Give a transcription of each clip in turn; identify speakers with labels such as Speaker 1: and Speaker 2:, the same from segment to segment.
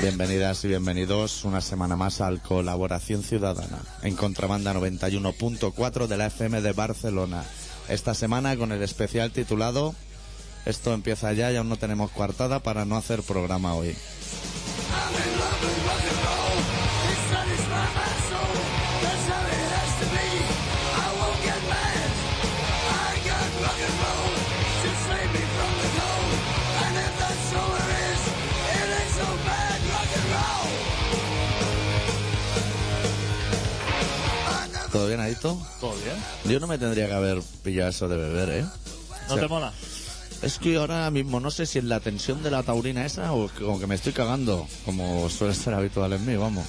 Speaker 1: Bienvenidas y bienvenidos una semana más al Colaboración Ciudadana en Contrabanda 91.4 de la FM de Barcelona. Esta semana con el especial titulado Esto empieza ya y aún no tenemos coartada para no hacer programa hoy. ¿Todo bien, Adicto?
Speaker 2: Todo bien.
Speaker 1: Yo no me tendría que haber pillado eso de beber, ¿eh?
Speaker 2: ¿No
Speaker 1: Sí.
Speaker 2: te mola?
Speaker 1: Es que ahora mismo no sé si es la tensión de la taurina esa o que- como que me estoy cagando, como suele ser habitual en mí, vamos.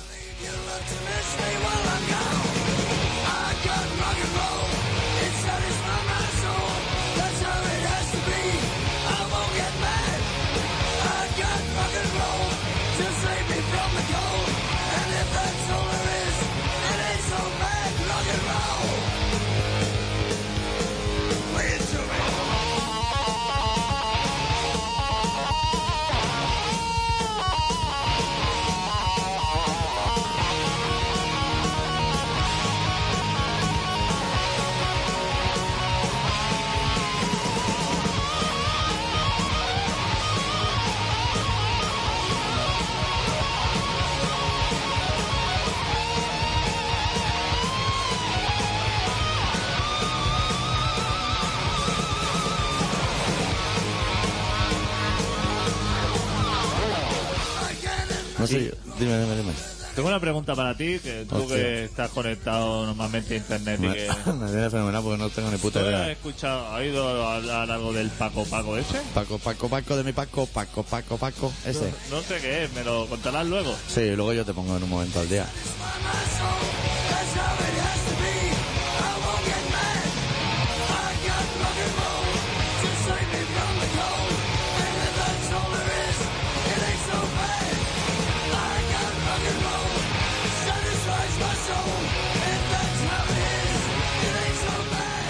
Speaker 1: No sé, yo- dime, dime, dime.
Speaker 2: Tengo una pregunta para ti, que tú
Speaker 1: Hostia.
Speaker 2: que estás conectado normalmente a internet y
Speaker 1: Me,
Speaker 2: que...
Speaker 1: me viene fenomenal porque no tengo ni
Speaker 2: ¿Tú
Speaker 1: puta
Speaker 2: has
Speaker 1: idea.
Speaker 2: escuchado, has oído hablar algo del Paco Paco ese?
Speaker 1: Paco, Paco, Paco de mi Paco, Paco, Paco, Paco, ese.
Speaker 2: No sé qué es, me lo contarás luego.
Speaker 1: Sí, luego yo te pongo en un momento al día.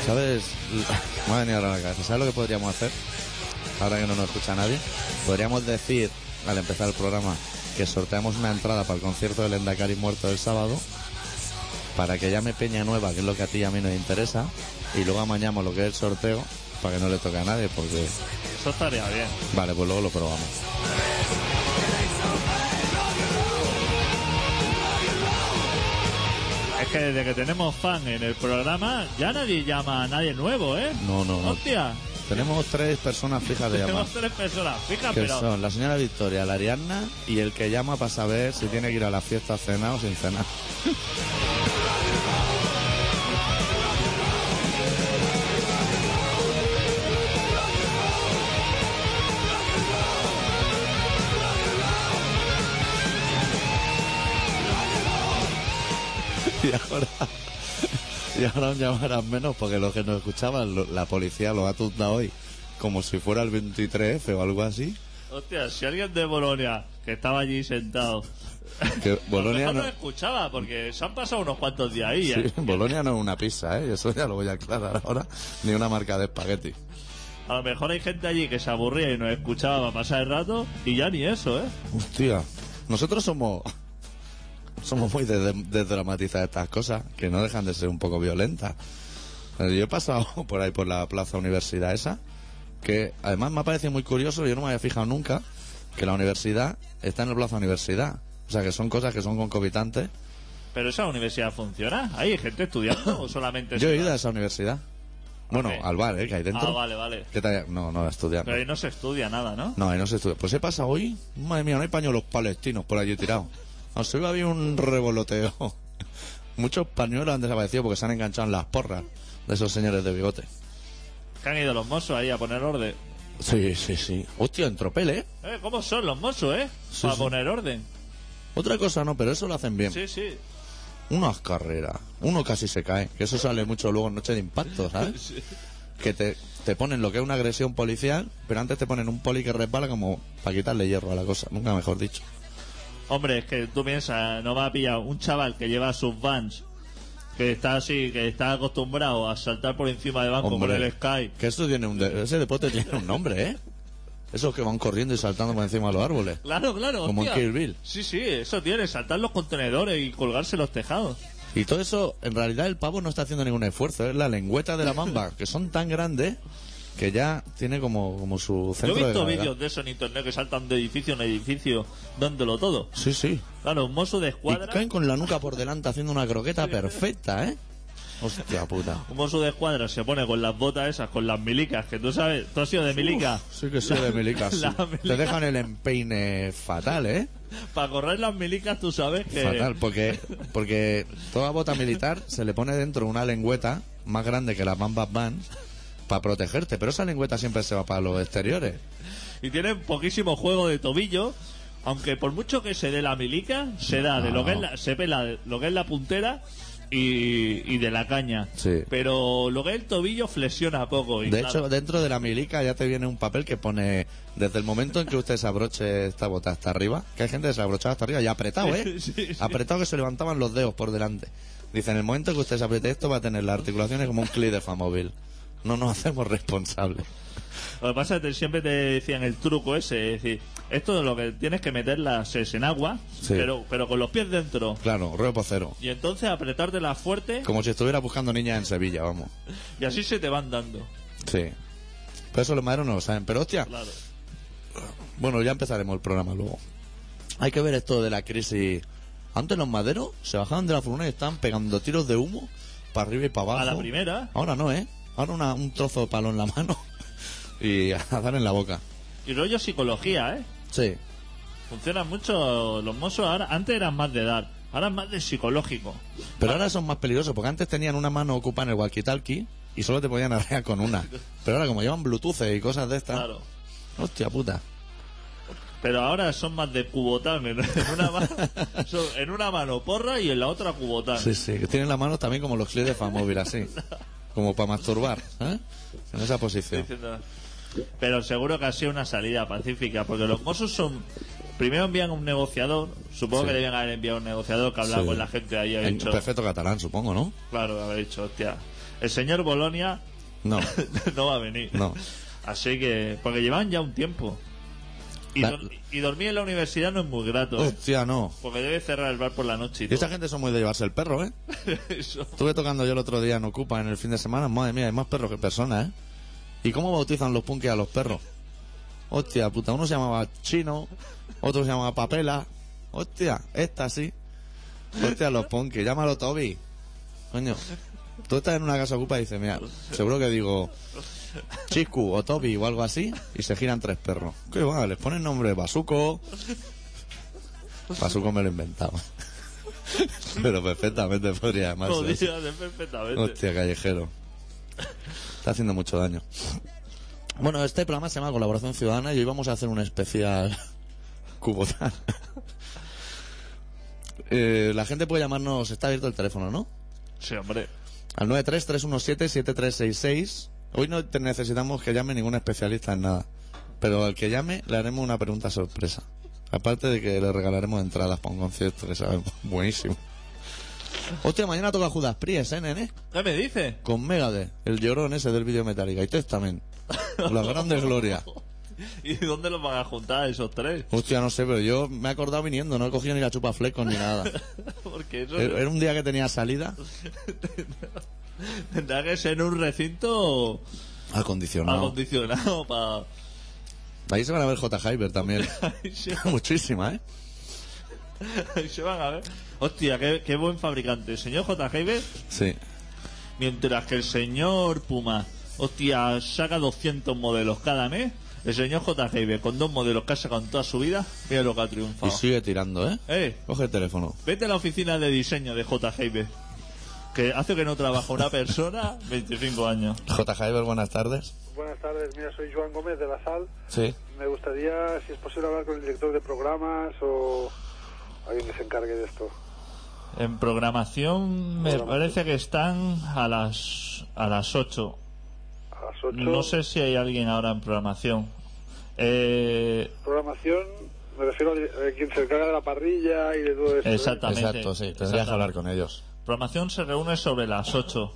Speaker 1: ¿Sabes? Me ha venido ahora a la cabeza. ¿Sabes lo que podríamos hacer? Ahora que no nos escucha nadie. Podríamos decir, al empezar el programa, que sorteamos una entrada para el concierto del Endacari muerto el sábado. Para que llame Peña Nueva, que es lo que a ti y a mí nos interesa. Y luego amañamos lo que es el sorteo, para que no le toque a nadie, porque...
Speaker 2: Eso estaría bien.
Speaker 1: Vale, pues luego lo probamos.
Speaker 2: Es que desde que tenemos fan en el programa, ya nadie llama a nadie nuevo, ¿eh?
Speaker 1: No, no, no.
Speaker 2: Hostia,
Speaker 1: Tenemos tres personas fijas de llamar.
Speaker 2: tenemos tres personas, fíjate,
Speaker 1: Que
Speaker 2: pero...
Speaker 1: son la señora Victoria, la Ariadna y el que llama para saber si tiene que ir a la fiesta a cenar o sin cenar. Y ahora, y ahora aún llamarán menos porque los que nos escuchaban, lo- la policía los ha tumbado hoy como si fuera el 23F o algo así.
Speaker 2: Hostia, si alguien de Bolonia, que estaba allí sentado...
Speaker 1: Que
Speaker 2: a
Speaker 1: Bolonia
Speaker 2: lo mejor
Speaker 1: no,
Speaker 2: no escuchaba, porque se han pasado unos cuantos días ahí,
Speaker 1: sí,
Speaker 2: ¿eh?
Speaker 1: Bolonia no es una pizza, ¿eh? Eso ya lo voy a aclarar ahora. Ni una marca de espagueti.
Speaker 2: A lo mejor hay gente allí que se aburría y nos escuchaba para pasar el rato y ya ni eso, ¿eh?
Speaker 1: Hostia, nosotros somos... Somos muy de, de- de dramatizar estas cosas, que no dejan de ser un poco violentas. Eh, Yo he pasado por ahí, por la plaza universidad esa, que además me ha parecido muy curioso, yo no me había fijado nunca, que la universidad está en la plaza universidad. O sea, que son cosas que son concomitantes.
Speaker 2: Pero esa universidad funciona. ¿Hay gente estudiando o solamente...
Speaker 1: Yo
Speaker 2: se
Speaker 1: he ido
Speaker 2: va?
Speaker 1: a esa universidad. Bueno,
Speaker 2: Ok.
Speaker 1: al bar, ¿eh? Que hay dentro.
Speaker 2: Ah, vale, vale.
Speaker 1: ¿Qué tal? No, no, a estudiar.
Speaker 2: Pero ahí no se estudia nada, ¿no?
Speaker 1: No, ahí no se estudia. Pues he pasado hoy, madre mía, no hay pañuelos palestinos por allí tirados. O sea, hoy había un revoloteo. Muchos pañuelos han desaparecido porque se han enganchado en las porras de esos señores de bigote.
Speaker 2: Que han ido los mozos ahí a poner orden.
Speaker 1: Sí, sí, sí. Hostia, en tropel, ¿eh?
Speaker 2: Eh, ¿Cómo son los mozos, eh?
Speaker 1: Sí,
Speaker 2: Para
Speaker 1: sí.
Speaker 2: poner orden.
Speaker 1: Otra cosa no, pero eso lo hacen bien.
Speaker 2: Sí, sí.
Speaker 1: Unas carreras. Uno casi se cae. Que eso sale mucho luego en Noche de Impacto, ¿sabes? Que te, te ponen lo que es una agresión policial, pero antes te ponen un poli que resbala como para quitarle hierro a la cosa. Nunca mejor dicho.
Speaker 2: Hombre, es que tú piensas, no va a pillar un chaval que lleva sus vans, que está así, que está acostumbrado a saltar por encima de banco con
Speaker 1: Hombre,
Speaker 2: el Sky.
Speaker 1: Que esto tiene un... de- Ese deporte tiene un nombre, ¿eh? Esos que van corriendo y saltando por encima de los árboles.
Speaker 2: Claro, claro.
Speaker 1: Como en
Speaker 2: hostia.
Speaker 1: Kill Bill.
Speaker 2: Sí, sí, eso tiene, saltar los contenedores y colgarse los tejados.
Speaker 1: Y todo eso, en realidad el pavo no está haciendo ningún esfuerzo, es la lengüeta de la mamba, que son tan grandes que ya tiene como, como su
Speaker 2: Yo
Speaker 1: centro
Speaker 2: he visto
Speaker 1: de gravedad.
Speaker 2: vídeos de eso en internet que saltan de edificio en edificio dándolo todo.
Speaker 1: Sí, sí.
Speaker 2: Claro, un mozo de
Speaker 1: Y
Speaker 2: escuadra.
Speaker 1: caen con la nuca por delante haciendo una croqueta perfecta, ¿eh? Hostia puta.
Speaker 2: Un mozo de escuadra se pone con las botas esas, con las milicas, que tú sabes, tú has sido de milica.
Speaker 1: Sí que soy de milicas. sí.
Speaker 2: La milica.
Speaker 1: Te dejan el empeine fatal, ¿eh?
Speaker 2: Para correr las milicas tú sabes que...
Speaker 1: Fatal, porque, porque toda bota militar se le pone dentro una lengüeta más grande que las bambas van para protegerte, pero esa lengüeta siempre se va para los exteriores.
Speaker 2: Y tienen poquísimo juego de tobillo. Aunque por mucho que se dé la milica, se da de lo que es la, se pela de lo que es la puntera y, y de la caña.
Speaker 1: Sí.
Speaker 2: Pero lo que es el tobillo flexiona poco. Y
Speaker 1: De
Speaker 2: claro,
Speaker 1: hecho, dentro de la milica ya te viene un papel que pone desde el momento en que usted se abroche esta bota hasta arriba, que hay gente que se abrochaba hasta arriba y apretado, ¿eh?
Speaker 2: Sí, sí.
Speaker 1: Apretado que se levantaban los dedos por delante. Dice, en el momento que usted se apriete esto va a tener las articulaciones como un clic de Famóvil. No nos hacemos responsables.
Speaker 2: Lo que pasa es que siempre te decían el truco ese, es decir, esto es lo que tienes que meterlas es en agua,
Speaker 1: Sí.
Speaker 2: pero, pero con los pies dentro.
Speaker 1: Claro, ruedo por cero.
Speaker 2: Y entonces apretártelas fuerte
Speaker 1: Como si estuviera buscando niñas en Sevilla, vamos.
Speaker 2: y así se te van dando.
Speaker 1: Sí. Pero eso los maderos no lo saben. Pero hostia,
Speaker 2: Claro.
Speaker 1: bueno, ya empezaremos el programa luego. Hay que ver esto de la crisis. Antes los maderos se bajaban de la furgoneta y estaban pegando tiros de humo para arriba y para abajo.
Speaker 2: A la primera.
Speaker 1: Ahora no, ¿eh? Ahora una- un trozo de palo en la mano y a dar en la boca.
Speaker 2: Y rollo psicología, ¿eh?
Speaker 1: Sí.
Speaker 2: Funcionan mucho los mozos ahora. Antes eran más de edad, ahora es más de psicológico. Ah.
Speaker 1: Pero ahora son más peligrosos porque antes tenían una mano ocupada en el walkie-talkie y solo te podían arrear con una. Pero ahora como llevan Bluetooth y cosas de estas...
Speaker 2: Claro.
Speaker 1: Hostia puta.
Speaker 2: Pero ahora son más de cubotán. En en una, mano, son- en una mano porra y en la otra cubotán.
Speaker 1: Sí, sí, que tienen las manos también como los clips de Famóvil, así. Como para masturbar, ¿eh? En esa posición.
Speaker 2: Diciendo- Pero seguro que ha sido una salida pacífica, porque los mozos son... Primero envían un negociador, supongo
Speaker 1: Sí.
Speaker 2: que debían haber enviado un negociador que hablaba
Speaker 1: Sí.
Speaker 2: con la gente de ahí, ha
Speaker 1: En
Speaker 2: dicho,
Speaker 1: perfecto catalán, supongo, ¿no?
Speaker 2: claro, haber dicho, hostia, el señor Bolonia
Speaker 1: No.
Speaker 2: no eh. va a venir.
Speaker 1: No.
Speaker 2: Así que, porque llevan ya un tiempo. Y,
Speaker 1: La-
Speaker 2: dor- y dormir en la universidad no es muy grato, ¿eh?
Speaker 1: Hostia, no.
Speaker 2: porque debe cerrar el bar por la noche y
Speaker 1: Y esta
Speaker 2: todo.
Speaker 1: gente son muy de llevarse el perro, ¿eh?
Speaker 2: Eso.
Speaker 1: Estuve tocando yo el otro día en Ocupa en el fin de semana. Madre mía, hay más perros que personas, ¿eh? ¿Y cómo bautizan los punkis a los perros? Hostia, puta, uno se llamaba Chino, otro se llamaba Papela. Hostia, esta sí. Hostia, los punkis, llámalo Toby. Coño, tú estás en una casa Ocupa y dices, mira, seguro que digo Chiscu o Toby o algo así, y se giran tres perros. Que va, les ponen nombre Basuco. Basuco me lo inventaba. Pero perfectamente podría llamarse.
Speaker 2: Podría
Speaker 1: Ah, así.
Speaker 2: hacer perfectamente.
Speaker 1: Hostia, callejero. Está haciendo mucho daño. Bueno, este programa se llama Colaboración Ciudadana y hoy vamos a hacer un especial cubotán. Eh, la gente puede llamarnos, está abierto el teléfono, ¿no?
Speaker 2: Sí, hombre.
Speaker 1: Al 933177366. Hoy no te necesitamos que llame ningún especialista en nada, pero al que llame le haremos una pregunta sorpresa. Aparte de que le regalaremos entradas para un concierto que sabemos buenísimo. Hostia, mañana toca Judas Priest, ¿eh, nene?
Speaker 2: ¿Qué me dices?
Speaker 1: con Megadeth, el llorón ese del vídeo Metallica y Testament. La grande gloria.
Speaker 2: ¿Y dónde los van a juntar esos tres?
Speaker 1: Hostia, no sé, pero yo me he acordado viniendo, no he cogido ni la chupa flecos ni nada.
Speaker 2: Porque eso
Speaker 1: Era era un día que tenía salida
Speaker 2: tendrá que ser un recinto
Speaker 1: acondicionado.
Speaker 2: acondicionado para...
Speaker 1: Ahí se van a ver J. Hyber también.
Speaker 2: Ahí se,
Speaker 1: Muchísima, ¿eh?
Speaker 2: ahí se van a ver. Hostia, qué, qué buen fabricante. El señor J. Heiber,
Speaker 1: Sí.
Speaker 2: mientras que el señor Puma, hostia, saca 200 modelos cada mes, el señor J. Heiber, con dos modelos que ha sacado en toda su vida, mira lo que ha
Speaker 1: Y
Speaker 2: triunfado.
Speaker 1: sigue tirando, ¿eh?
Speaker 2: Eh,
Speaker 1: Coge el teléfono.
Speaker 2: Vete a la oficina de diseño de J. Heiber, que hace que no trabaja una persona 25 años.
Speaker 1: J. Hyber, buenas tardes.
Speaker 3: Buenas tardes, mira, soy Joan Gómez de La Sal.
Speaker 1: Sí.
Speaker 3: Me gustaría, si es posible, hablar con el director de programas o alguien que se encargue de esto.
Speaker 2: En programación me parece que están a las a las 8.
Speaker 3: A las 8,
Speaker 2: No sé si hay alguien ahora en programación. Eh,
Speaker 3: programación, me refiero a eh, quien se encarga de la parrilla y de todo esto. ¿eh?
Speaker 2: exactamente.
Speaker 1: Exacto, sí. Tendrías que
Speaker 2: Exactamente.
Speaker 1: hablar con ellos.
Speaker 2: Programación se reúne sobre las 8.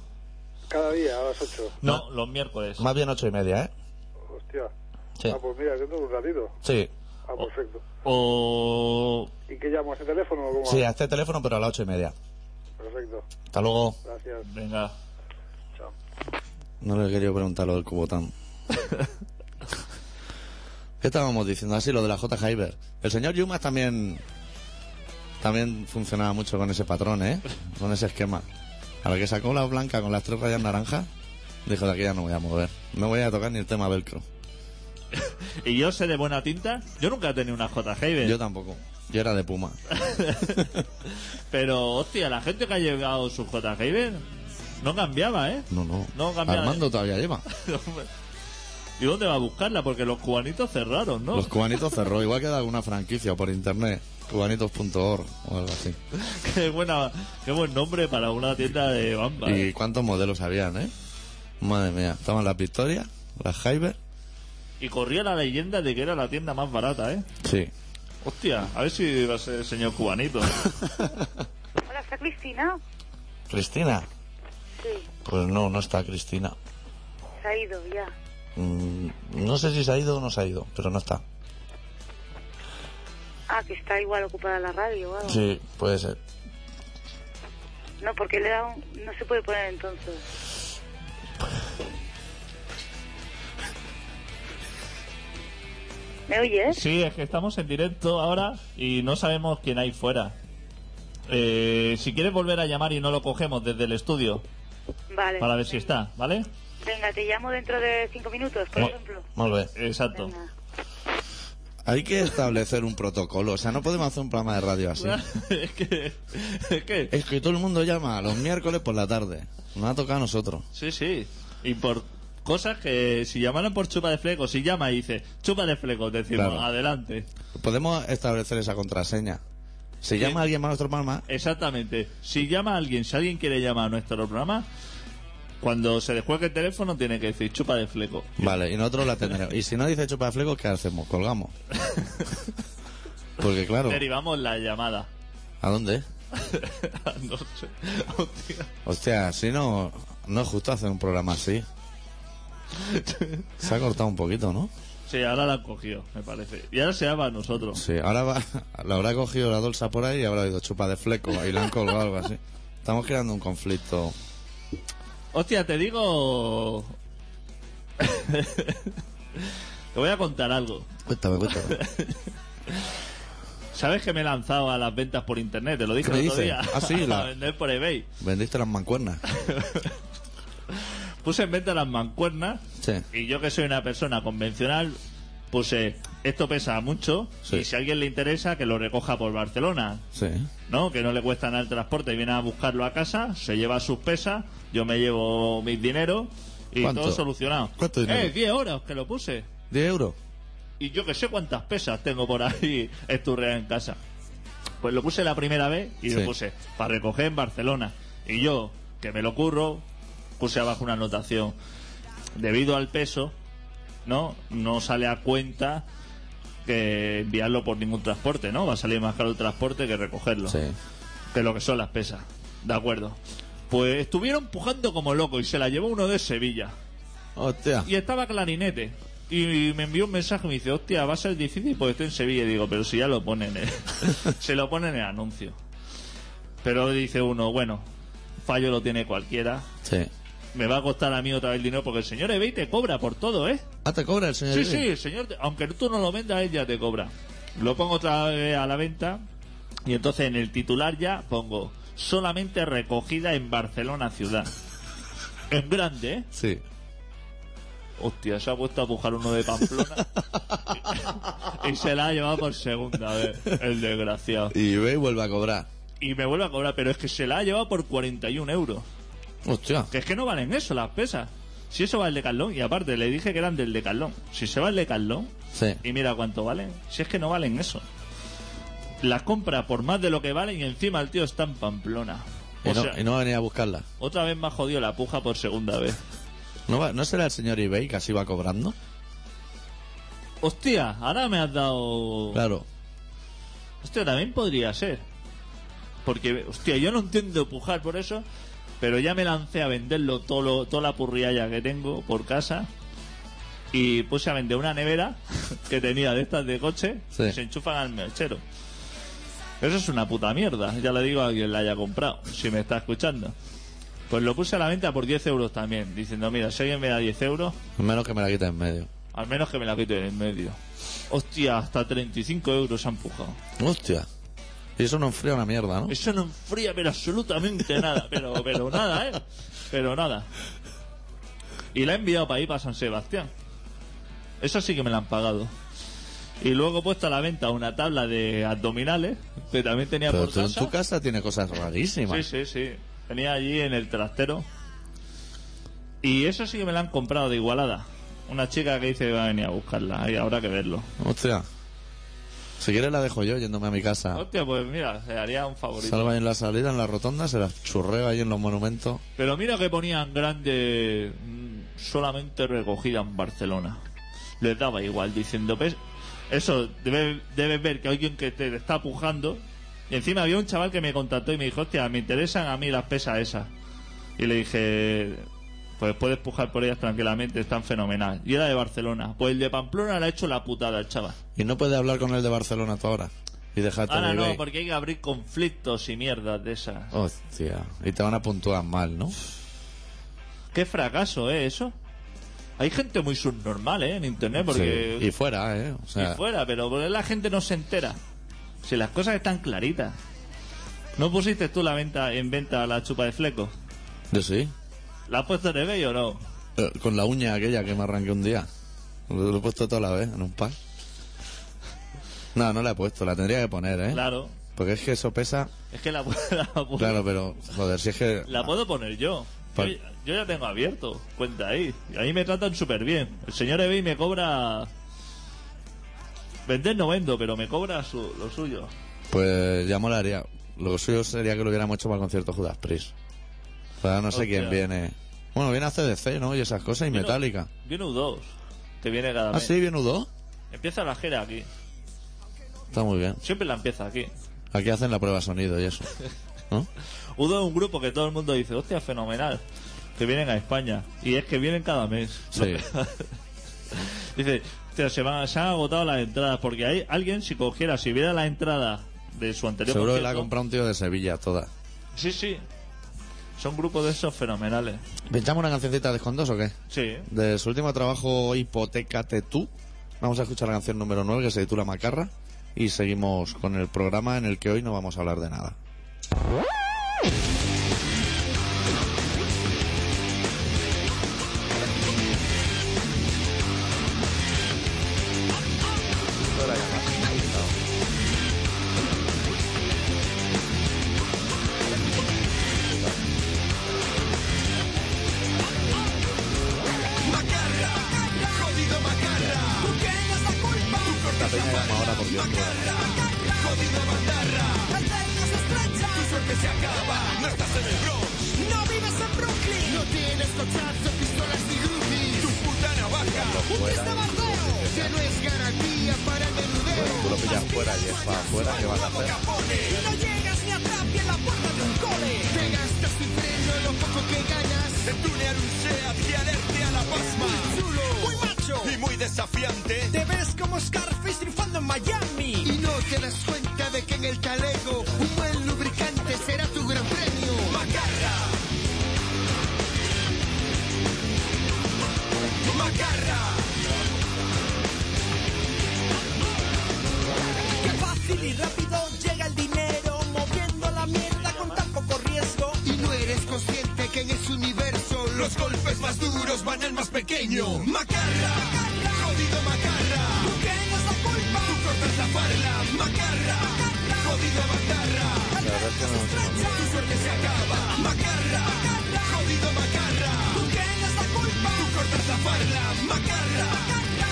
Speaker 3: Cada día, a las 8.
Speaker 2: No, los miércoles.
Speaker 1: Más bien ocho y media, ¿eh?
Speaker 3: Hostia.
Speaker 1: Sí. Oh.
Speaker 3: Ah, pues mira, dentro de un ratito.
Speaker 1: Sí.
Speaker 3: Ah, perfecto.
Speaker 2: O.
Speaker 3: ¿Y qué llamo? ¿A ese teléfono o cómo?
Speaker 1: Sí, a este teléfono, pero a las ocho y media.
Speaker 3: Perfecto.
Speaker 1: Hasta luego.
Speaker 3: Gracias.
Speaker 2: Venga.
Speaker 3: Chao.
Speaker 1: No le quería preguntar lo del Cubotán. ¿Qué estábamos diciendo? Así, lo de la J. Hyber. El señor Yumas también. También funcionaba mucho con ese patrón, ¿eh? Con ese esquema. A la que sacó la blanca con las tres rayas naranjas, dijo: de aquí ya no voy a mover. No voy a tocar ni el tema velcro.
Speaker 2: ¿Y yo sé de buena tinta? Yo nunca he tenido una J. Heiber.
Speaker 1: Yo tampoco. Yo era de Puma.
Speaker 2: Pero, hostia, la gente que ha llegado su J. Heiber no cambiaba, ¿eh?
Speaker 1: No, no.
Speaker 2: No, cambia eh. de-
Speaker 1: Armando todavía lleva.
Speaker 2: ¿Y dónde va a buscarla? Porque los cubanitos cerraron, ¿no?
Speaker 1: Los cubanitos cerró. Igual queda alguna franquicia por internet. Cubanitos.org o algo así.
Speaker 2: qué, buena, qué buen nombre para una tienda de bamba. ¿eh?
Speaker 1: ¿Y cuántos modelos habían, eh? Madre mía, estaban las Victoria, las Hyper.
Speaker 2: Y corría la leyenda de que era la tienda más barata, ¿eh?
Speaker 1: Sí.
Speaker 2: Hostia, a ver si va a ser el señor cubanito.
Speaker 4: Hola, ¿está Cristina?
Speaker 1: ¿Cristina?
Speaker 4: Sí,
Speaker 1: Pues no, no está Cristina.
Speaker 4: se ha ido ya.
Speaker 1: Mm, no sé si se ha ido o no se ha ido, pero no está.
Speaker 4: Ah, que está igual ocupada la radio o algo.
Speaker 1: Sí, puede ser.
Speaker 4: No, porque le da un... No se puede poner entonces. ¿Me oyes?
Speaker 2: Sí, es que estamos en directo ahora y no sabemos quién hay fuera. Eh, si quieres volver a llamar y no lo cogemos desde el estudio
Speaker 4: Vale.
Speaker 2: para ver si está, ¿vale?
Speaker 4: Venga, te llamo dentro de cinco minutos, por
Speaker 1: Mo-
Speaker 4: ejemplo.
Speaker 1: Molt bé.
Speaker 2: Exacto.
Speaker 4: Venga.
Speaker 1: Hay que establecer un protocolo. O sea, no podemos hacer un programa de radio así.
Speaker 2: es que... Es que...
Speaker 1: Es que todo el mundo llama los miércoles por la tarde. Nos ha tocado a nosotros.
Speaker 2: Sí, sí. Y por cosas que si llamaran por chupa de flecos, si llama y dice chupa de flecos, decimos
Speaker 1: Claro.
Speaker 2: adelante.
Speaker 1: Podemos establecer esa contraseña. Si llama alguien a nuestro programa,
Speaker 2: Exactamente. Si llama a alguien, si alguien quiere llamar a nuestro programa, cuando se descuelgue el teléfono tiene que decir chupa de fleco.
Speaker 1: Vale, y nosotros la tendremos. Y si no dice chupa flecos, ¿qué hacemos? Colgamos. Porque claro,
Speaker 2: Derivamos la llamada.
Speaker 1: ¿a dónde?
Speaker 2: no sé. Hostia.
Speaker 1: Hostia, si no, no es justo hacer un programa así. Se ha cortado un poquito, ¿no?
Speaker 2: Sí, ahora la han cogido, me parece. Y ahora se llama a nosotros.
Speaker 1: Sí, ahora va, la habrá cogido la dolsa por ahí y habrá ido chupa de fleco y la han colgado algo así. Estamos creando un conflicto.
Speaker 2: Hostia, te digo. te voy a contar algo.
Speaker 1: Cuéntame, cuéntame.
Speaker 2: ¿Sabes que me he lanzado a las ventas por internet? Te lo dije
Speaker 1: ¿Qué
Speaker 2: el otro
Speaker 1: dices?
Speaker 2: día.
Speaker 1: Ah, sí, la-
Speaker 2: A vender por eBay.
Speaker 1: ¿Vendiste las mancuernas?
Speaker 2: Puse en venta las mancuernas.
Speaker 1: Sí.
Speaker 2: Y yo que soy una persona convencional, puse, esto pesa mucho.
Speaker 1: Sí.
Speaker 2: Y si a alguien le interesa, que lo recoja por Barcelona.
Speaker 1: Sí.
Speaker 2: ¿no? Que no le cuesta nada el transporte, viene a buscarlo a casa, se lleva sus pesas, yo me llevo mis dineros y
Speaker 1: ¿Cuánto?
Speaker 2: todo solucionado.
Speaker 1: ¿Cuánto dinero?
Speaker 2: Eh, 10 horas que lo puse.
Speaker 1: ¿10 euros?
Speaker 2: Y yo que sé cuántas pesas tengo por ahí esturreadas en casa. Pues lo puse la primera vez y
Speaker 1: Sí.
Speaker 2: lo puse para recoger en Barcelona. Y yo, que me lo curro, puse abajo una anotación. Debido al peso, ¿no? No sale a cuenta que enviarlo por ningún transporte, ¿no? Va a salir más caro el transporte que recogerlo
Speaker 1: Sí.
Speaker 2: de lo que son las pesas. De acuerdo. Pues estuvieron pujando como loco y se la llevó uno de Sevilla.
Speaker 1: Hostia.
Speaker 2: Y estaba clarinete. Y me envió un mensaje y me dice, hostia, va a ser difícil porque estoy en Sevilla. Y digo, pero si ya lo ponen, en- se lo ponen en el anuncio. Pero dice uno, bueno, fallo lo tiene cualquiera.
Speaker 1: Sí.
Speaker 2: Me va a costar a mí otra vez el dinero porque el señor Ebay te cobra por todo, ¿eh?
Speaker 1: Ah, te cobra el señor.
Speaker 2: Sí,
Speaker 1: Ibis?
Speaker 2: sí, el señor, te- aunque tú no lo vendas, él ya te cobra. Lo pongo otra vez a la venta y entonces en el titular ya pongo solamente recogida en Barcelona ciudad. En grande, ¿eh?
Speaker 1: Sí.
Speaker 2: Hostia, se ha puesto a pujar uno de Pamplona y se la ha llevado por segunda vez, el desgraciado.
Speaker 1: Y ve y vuelve a cobrar.
Speaker 2: Y me vuelve a cobrar, pero es que se la ha llevado por 41 euros.
Speaker 1: Hostia.
Speaker 2: Que es que no valen eso las pesas. Si eso va al Decathlon, y aparte le dije que eran del Decathlon. Si se va al Decathlon,
Speaker 1: Sí.
Speaker 2: Y mira cuánto valen. Si es que no valen eso. Las compra por más de lo que valen y encima el tío está en Pamplona. O
Speaker 1: Y no,
Speaker 2: sea,
Speaker 1: y no venía a buscarla.
Speaker 2: otra vez más jodido la puja por segunda vez.
Speaker 1: ¿No, va- ¿No será el señor eBay que así va cobrando?
Speaker 2: Hostia, ahora me has dado...
Speaker 1: Claro.
Speaker 2: Hostia, también podría ser. Porque, hostia, yo no entiendo pujar por eso, pero ya me lancé a venderlo todo lo- toda la purrialla que tengo por casa. y puse a vender una nevera que tenía de estas de coche
Speaker 1: Sí.
Speaker 2: y se enchufan al mechero. Eso es una puta mierda, ya le digo a quien la haya comprado, si me está escuchando. Pues lo puse a la venta por 10 euros también, diciendo, mira, si alguien me da 10 euros,
Speaker 1: Menos que me la quita en medio.
Speaker 2: al menos que me la quite de en medio. Hostia, hasta 35 euros se han empujado.
Speaker 1: Hostia. Y eso no enfría una mierda, ¿no?
Speaker 2: Eso no enfría, pero absolutamente nada. Pero, pero nada, ¿eh? Pero nada. Y la he enviado para ahí, para San Sebastián. Eso sí que me la han pagado. Y luego he puesto a la venta una tabla de abdominales que también tenía
Speaker 1: Pero
Speaker 2: por
Speaker 1: tú en
Speaker 2: casa.
Speaker 1: tu casa tiene cosas rarísimas.
Speaker 2: Sí, sí, sí. Tenía allí en el trastero. Y eso sí que me la han comprado de Igualada. Una chica que dice que va a venir a buscarla. Y habrá que verlo.
Speaker 1: Hostia. Si quieres la dejo yo yéndome a mi casa.
Speaker 2: Hostia, pues mira, se haría un favorito.
Speaker 1: Salva ahí en la salida, en la rotonda, se las churreo ahí en los monumentos.
Speaker 2: Pero mira que ponían grande mm, solamente recogida en Barcelona. Les daba igual, diciendo, "Ves, eso, debes, debes ver que alguien que te está pujando. Y encima había un chaval que me contactó y me dijo, hostia, me interesan a mí las pesas esas. Y le dije, pues puedes pujar por ellas tranquilamente, están fenomenal. Y era de Barcelona. Pues el de Pamplona le ha hecho la putada al chaval.
Speaker 1: Y no puedes hablar con el de Barcelona tú ahora. Y dejarte
Speaker 2: Ahora
Speaker 1: de
Speaker 2: Ah, no,
Speaker 1: eBay.
Speaker 2: porque hay que abrir conflictos y mierdas de esas.
Speaker 1: Hostia. Y te van a puntuar mal, ¿no?
Speaker 2: Qué fracaso, ¿eh? Eso. Hay gente muy subnormal, ¿eh? En internet, porque.
Speaker 1: Sí. Y fuera, ¿eh? O sea,
Speaker 2: y fuera, pero porque la gente no se entera. Si las cosas están claritas. ¿No pusiste tú la venta en venta la chupa de fleco?
Speaker 1: Yo sí.
Speaker 2: ¿La has puesto en eBay o no?
Speaker 1: Eh, Con la uña aquella que me arranqué un día. Lo he puesto toda la vez, en un par. No, no la he puesto, la tendría que poner, ¿eh?
Speaker 2: Claro.
Speaker 1: Porque es que eso pesa.
Speaker 2: Es que la, pu- la pu-
Speaker 1: Claro, pero, joder, si es que.
Speaker 2: la puedo poner yo. Yo,
Speaker 1: Pon-
Speaker 2: yo ya tengo abierto. Cuenta ahí. Y ahí me tratan súper bien. El señor eBay me cobra. Vender no vendo, pero me cobra su- lo suyo.
Speaker 1: Pues ya molaría. Lo suyo sería que lo hubiéramos hecho para el concierto Judas Priest. Pero no sé
Speaker 2: Hostia.
Speaker 1: quién viene. Bueno, viene ACDC, ¿no? Y esas cosas, y
Speaker 2: Viene-
Speaker 1: Metallica.
Speaker 2: Viene U2. Que viene cada
Speaker 1: Ah,
Speaker 2: mes.
Speaker 1: sí, viene U2.
Speaker 2: Empieza la gira aquí.
Speaker 1: Está muy bien.
Speaker 2: Siempre la empieza aquí.
Speaker 1: Aquí hacen la prueba de sonido y eso. ¿No?
Speaker 2: Udo es un grupo que todo el mundo dice, hostia, fenomenal. Que vienen a España. Y es que vienen cada mes.
Speaker 1: Sí.
Speaker 2: Dice, "Hostia, se, van- se han agotado las entradas. Porque hay alguien, si cogiera, si viera la entrada de su anterior
Speaker 1: Seguro que la ha
Speaker 2: concierto-
Speaker 1: comprado un tío de Sevilla toda.
Speaker 2: Sí, sí. Son grupos de esos fenomenales.
Speaker 1: ¿Pinchamos una cancioncita de Escondos o qué?
Speaker 2: Sí.
Speaker 1: De su último trabajo, Hipotecate tú. Vamos a escuchar la canción número 9 que se titula Macarra. Y seguimos con el programa en el que hoy no vamos a hablar de nada. La peña llama ahora por Dios.
Speaker 5: No vives en Brooklyn. No tienes cochazos, pistolas y groupies. Tu puta navaja. Un pistolero. Ya no es garantía para el menudeo.
Speaker 1: Tú lo pillas fuera y es para afuera que van a hacer.
Speaker 5: Y no llegas ni a Tapia en la puerta de un cole. Te gastas sin freno lo poco que ganas.
Speaker 6: De tunear un SEAT y alerte a la pasma
Speaker 5: Chulo. Muy macho.
Speaker 6: Y muy desafiante
Speaker 5: Te ves como Scarface triunfando en Miami. Y no te das cuenta de que en el chaleco un buen lubricante será tu gran premio.
Speaker 6: Macarra Macarra
Speaker 5: Qué fácil y rápido llega el dinero, moviendo la mierda con tan poco riesgo. Y no eres consciente que en ese universo los
Speaker 6: Los golpes más duros van al más pequeño Macarra Jodido Macarra
Speaker 5: tú tienes la culpa.
Speaker 6: Tú cortas la farla Macarra Jodido Macarra
Speaker 1: La verdad es que no nos hemos
Speaker 6: Tu suerte se acaba Macarra Jodido Macarra
Speaker 5: Tú tienes la culpa.
Speaker 6: Tú cortas la farla Macarra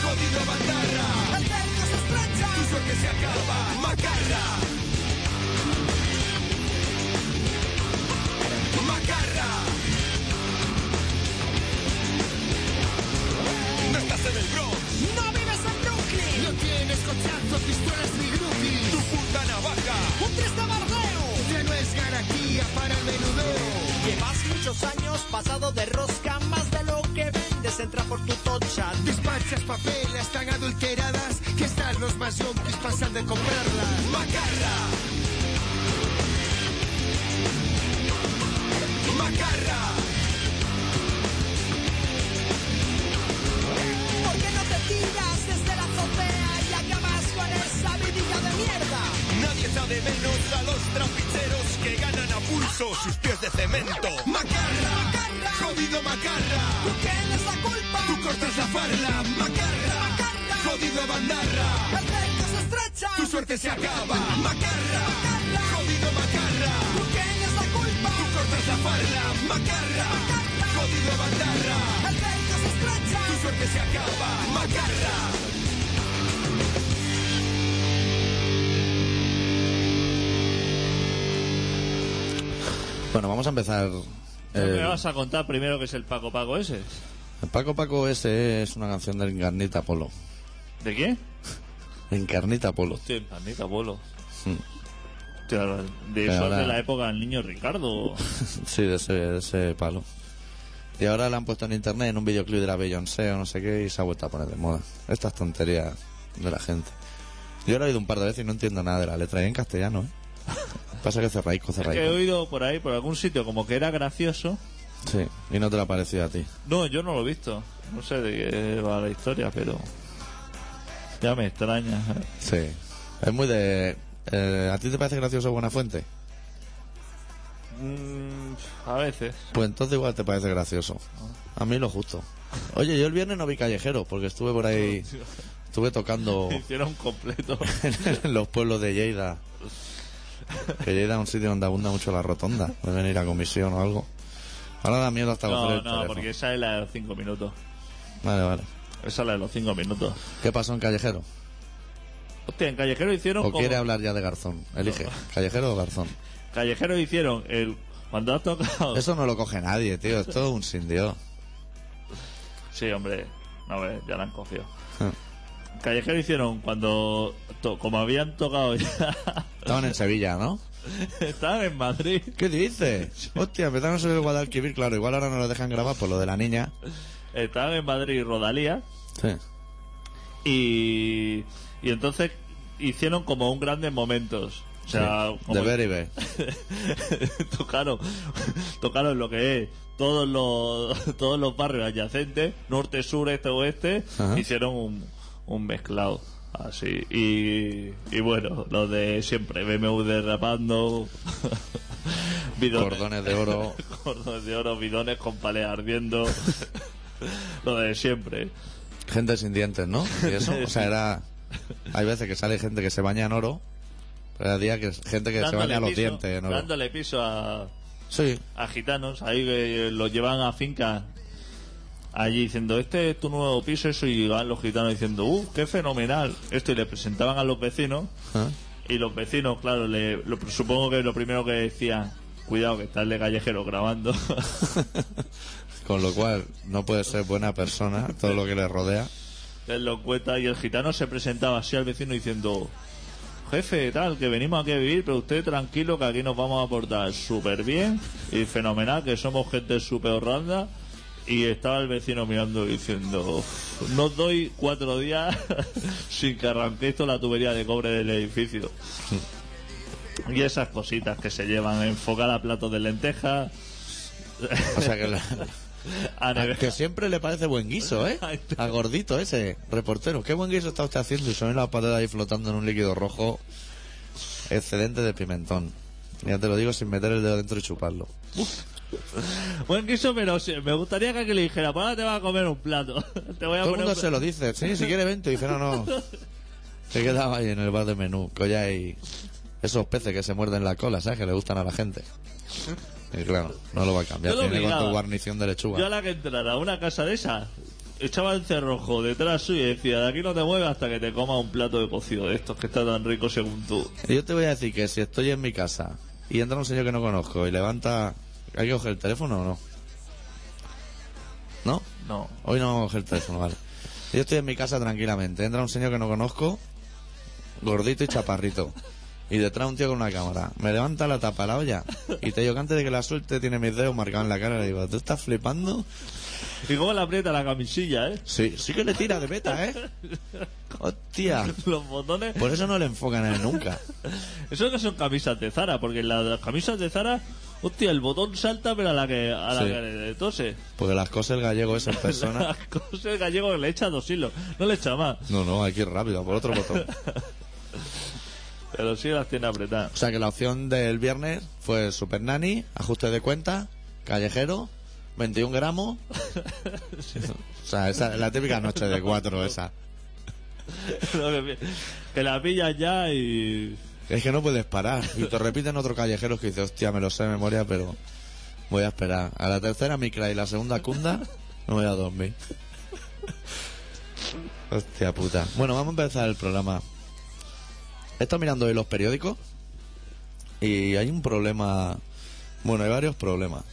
Speaker 6: Jodido Macarra
Speaker 5: El cerco se estrecha.
Speaker 6: Tu suerte se acaba Macarra Macarra No estás en el Bronx
Speaker 5: No vives en Brooklyn. No tienes cochazos, pistolas ni
Speaker 6: Tu
Speaker 5: groupies.
Speaker 6: puta navaja
Speaker 5: Un
Speaker 7: este
Speaker 5: triste bardeo. Ya no es garantía para el menudeo.
Speaker 7: Llevas muchos años pasado de rosca, más de lo que vendes entra por tu tocha.
Speaker 5: Despacho esas papelas tan adulteradas que están los más yonkis pasan de comprarlas. Macarra. Macarra.
Speaker 7: ¿Por qué no te tiras desde la azotea y acabas con esa vidilla de mierda?
Speaker 6: Nadie sabe menos a los trapicheros que ganan a pulso sus pies de cemento. Macarra,
Speaker 7: Macarra.
Speaker 6: jodido macarra,
Speaker 7: ¿Por qué les da culpa?
Speaker 6: tú cortas la farla. Macarra,
Speaker 7: Macarra.
Speaker 6: jodido bandarra,
Speaker 7: El cerco se estrecha.
Speaker 6: tu suerte se acaba. Macarra, jodido macarra,
Speaker 7: ¿Por qué les da culpa?
Speaker 6: tú cortas la farla. Macarra, jodido bandarra,
Speaker 7: El cerco se estrecha.
Speaker 6: tu suerte se acaba. Macarra.
Speaker 1: Bueno, vamos a empezar.
Speaker 2: ¿Me
Speaker 1: eh,
Speaker 2: vas a contar primero que es el Paco Paco ese?
Speaker 1: el Eh, Paco Paco ese es una canción del Incarnita Polo.
Speaker 2: ¿De qué?
Speaker 1: Incarnita Polo.
Speaker 2: Hostia, panita, abuelo.
Speaker 1: Sí.
Speaker 2: Hostia, de
Speaker 1: Mm. Pero
Speaker 2: eso es
Speaker 1: ahora-
Speaker 2: de la época del niño Ricardo.
Speaker 1: Sí, de ese, de ese palo. Y ahora la han puesto en internet en un videoclip de la Beyoncé o no sé qué y se ha vuelto a poner de moda. Estas tonterías de la gente. Yo lo he oído un par de veces y no entiendo nada de la letra. Y en castellano, ¿eh? Pasa que cerraico,
Speaker 2: Es que he
Speaker 1: cerraico.
Speaker 2: oído por ahí, por algún sitio, como que era gracioso.
Speaker 1: Sí, y no te lo ha parecido a ti.
Speaker 2: No, yo no lo he visto. No sé de qué va la historia, pero. Ya me extraña.
Speaker 1: Sí. Es muy de... eh, ¿A ti te parece gracioso Buena Fuente?
Speaker 2: Mm, a veces.
Speaker 1: Pues entonces igual te parece gracioso. A mí lo justo. Oye, yo el viernes no vi callejero porque estuve por ahí... Estuve tocando...
Speaker 2: Hicieron completo.
Speaker 1: en los pueblos de Lleida. Que Lleida es un sitio donde abunda mucho la rotonda. Deben ir a comisión o algo. Ahora da miedo hasta coger
Speaker 2: No,
Speaker 1: el
Speaker 2: no,
Speaker 1: teléfono.
Speaker 2: porque esa es la de los cinco minutos.
Speaker 1: Vale, vale.
Speaker 2: Esa es la de los cinco minutos.
Speaker 1: ¿Qué pasó en Callejero?
Speaker 2: Hostia, en Callejero hicieron.
Speaker 1: ¿O
Speaker 2: como-
Speaker 1: quiere hablar ya de Garzón? Elige. ¿Callejero o Garzón?
Speaker 2: Callejero hicieron el. Cuando has tocado.
Speaker 1: Eso no lo coge nadie, tío. Esto es un sin Dios.
Speaker 2: Sí, hombre. No ves, ya la han cogido.
Speaker 1: Ah.
Speaker 2: Callejero hicieron cuando. to- como habían tocado ya.
Speaker 1: Estaban en Sevilla, ¿no?
Speaker 2: Estaban en Madrid.
Speaker 1: ¿Qué dices? Hostia, empezaron a subir el Guadalquivir, claro. Igual ahora no lo dejan grabar por lo de la niña.
Speaker 2: Estaban en Madrid y Rodalía.
Speaker 1: Sí.
Speaker 2: Y. Y entonces hicieron como un grandes momentos. O sea, como
Speaker 1: de ver y ver.
Speaker 2: tocaron, tocaron lo que es todos los todos los barrios adyacentes, norte, sur, este, oeste,
Speaker 1: Ajá.
Speaker 2: hicieron un, un mezclado así. Y, y bueno, lo de siempre, BMW derrapando, bidones-
Speaker 1: Cordones de oro.
Speaker 2: cordones de oro, bidones con pales ardiendo, lo de siempre.
Speaker 1: Gente sin dientes, ¿no? Y eso, o sea, era... Hay veces que sale gente que se baña en oro, pero hay días que es gente que se baña los
Speaker 2: piso,
Speaker 1: dientes en oro.
Speaker 2: dándole piso a,
Speaker 1: Sí,
Speaker 2: a gitanos, ahí eh, los llevan a fincas allí diciendo, este es tu nuevo piso, eso, y van los gitanos diciendo, uh, qué fenomenal, esto, y le presentaban a los vecinos,
Speaker 1: Ah.
Speaker 2: y los vecinos, claro, le, lo- supongo que lo primero que decían, cuidado que está el de callejero grabando,
Speaker 1: con lo cual no puede ser buena persona todo lo que le rodea.
Speaker 2: él lo cuenta, y el gitano se presentaba así al vecino diciendo, jefe, tal, que venimos aquí a vivir, pero usted tranquilo que aquí nos vamos a portar súper bien y fenomenal, que somos gente súper horrenda. Y estaba el vecino mirando y diciendo, no os doy cuatro días sin que arranque esto la tubería de cobre del edificio. Y esas cositas que se llevan, enfocar a platos de lentejas,
Speaker 1: O sea, que, la-
Speaker 2: a nevejas
Speaker 1: Ah, que siempre le parece buen guiso, ¿eh? A gordito ese, reportero. Qué buen guiso está usted haciendo y se ven las patatas ahí flotando en un líquido rojo excedente de pimentón. Ya te lo digo sin meter el dedo dentro y chuparlo.
Speaker 2: Buen guiso, pero sí, me gustaría que alguien le dijera, pues ahora te vas a comer un plato. Te voy
Speaker 1: Todo el
Speaker 2: a poner
Speaker 1: mundo
Speaker 2: un
Speaker 1: se lo dice, sí, si quiere vente, dice no, no. Se quedaba ahí en el bar de menú, que hoy hay esos peces que se muerden la cola, ¿sabes? Que le gustan a la gente. Y claro, no lo va a cambiar.
Speaker 2: Yo lo
Speaker 1: Tiene con tu
Speaker 2: obligaba.
Speaker 1: guarnición de lechuga.
Speaker 2: Yo a la que entrara a una casa de esa, echaba el cerrojo detrás suyo y decía, de aquí no te mueves hasta que te comas un plato de cocido de estos que está tan rico según tú.
Speaker 1: Y Yo te voy a decir que si estoy en mi casa y entra un señor que no conozco y levanta... ¿Hay que coger el teléfono o no? ¿No?
Speaker 2: No.
Speaker 1: Hoy no vamos a coger el teléfono, vale. Yo estoy en mi casa tranquilamente. Entra un señor que no conozco, gordito y chaparrito. Y detrás un tío con una cámara. Me levanta la tapa, la olla. Y te digo que antes de que la suelte tiene mis dedos marcados en la cara. Le digo, ¿tú estás flipando?
Speaker 2: Y cómo le aprieta la camisilla, ¿eh?
Speaker 1: Sí, sí que le tira de beta, ¿eh? Hostia.
Speaker 2: Los botones.
Speaker 1: Por eso no le enfocan a él nunca.
Speaker 2: Eso que son camisas de Zara, porque en las camisas de Zara, hostia, el botón salta, pero a la que, a la
Speaker 1: Sí.
Speaker 2: que le tose.
Speaker 1: Porque las cosas el gallego es en persona.
Speaker 2: Cosa el gallego que le echa dos hilos, no le echa más.
Speaker 1: No, no, hay que ir rápido, por otro botón.
Speaker 2: Pero sí las tiene apretadas.
Speaker 1: O sea que la opción del viernes fue Super Nani, ajuste de cuenta, callejero, 21 gramos. O sea, esa, la típica noche de cuatro esa.
Speaker 2: Lo que, pi- que la pillas ya y.
Speaker 1: Es que no puedes parar. Y te repiten otros callejeros que dices, hostia, me lo sé de memoria, pero voy a esperar. A la tercera micra y la segunda cunda, no voy a dormir. Hostia puta. Bueno, vamos a empezar el programa. He estado mirando hoy los periódicos y hay un problema. Bueno, hay varios problemas.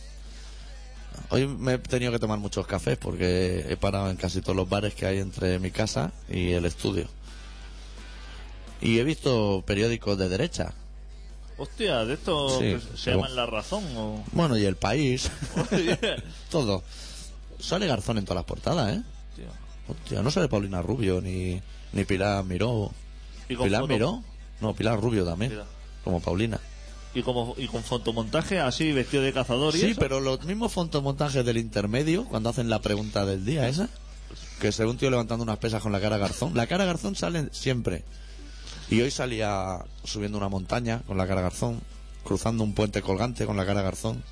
Speaker 1: Hoy me he tenido que tomar muchos cafés porque he parado en casi todos los bares que hay entre mi casa y el estudio. Y he visto periódicos de derecha.
Speaker 2: Hostia, de esto
Speaker 1: Sí,
Speaker 2: que se
Speaker 1: pero-
Speaker 2: llaman la razón o.
Speaker 1: Bueno, y el país,
Speaker 2: Oye,
Speaker 1: todo. Sale Garzón en todas las portadas, ¿eh?
Speaker 2: tío.
Speaker 1: Hostia, no sale Paulina Rubio ni, ni Pilar Miró.
Speaker 2: Y con
Speaker 1: ¿Pilar
Speaker 2: foto-
Speaker 1: Miró? No, Pilar Rubio también.
Speaker 2: Pilar.
Speaker 1: Como Paulina.
Speaker 2: Y, como, y con fotomontaje así, vestido de cazador y
Speaker 1: Sí,
Speaker 2: eso.
Speaker 1: pero los mismos fontomontajes del intermedio, cuando hacen la pregunta del día esa, que se ve un tío levantando unas pesas con la cara Garzón. La cara Garzón sale siempre. Y hoy salía subiendo una montaña con la cara Garzón, cruzando un puente colgante con la cara Garzón.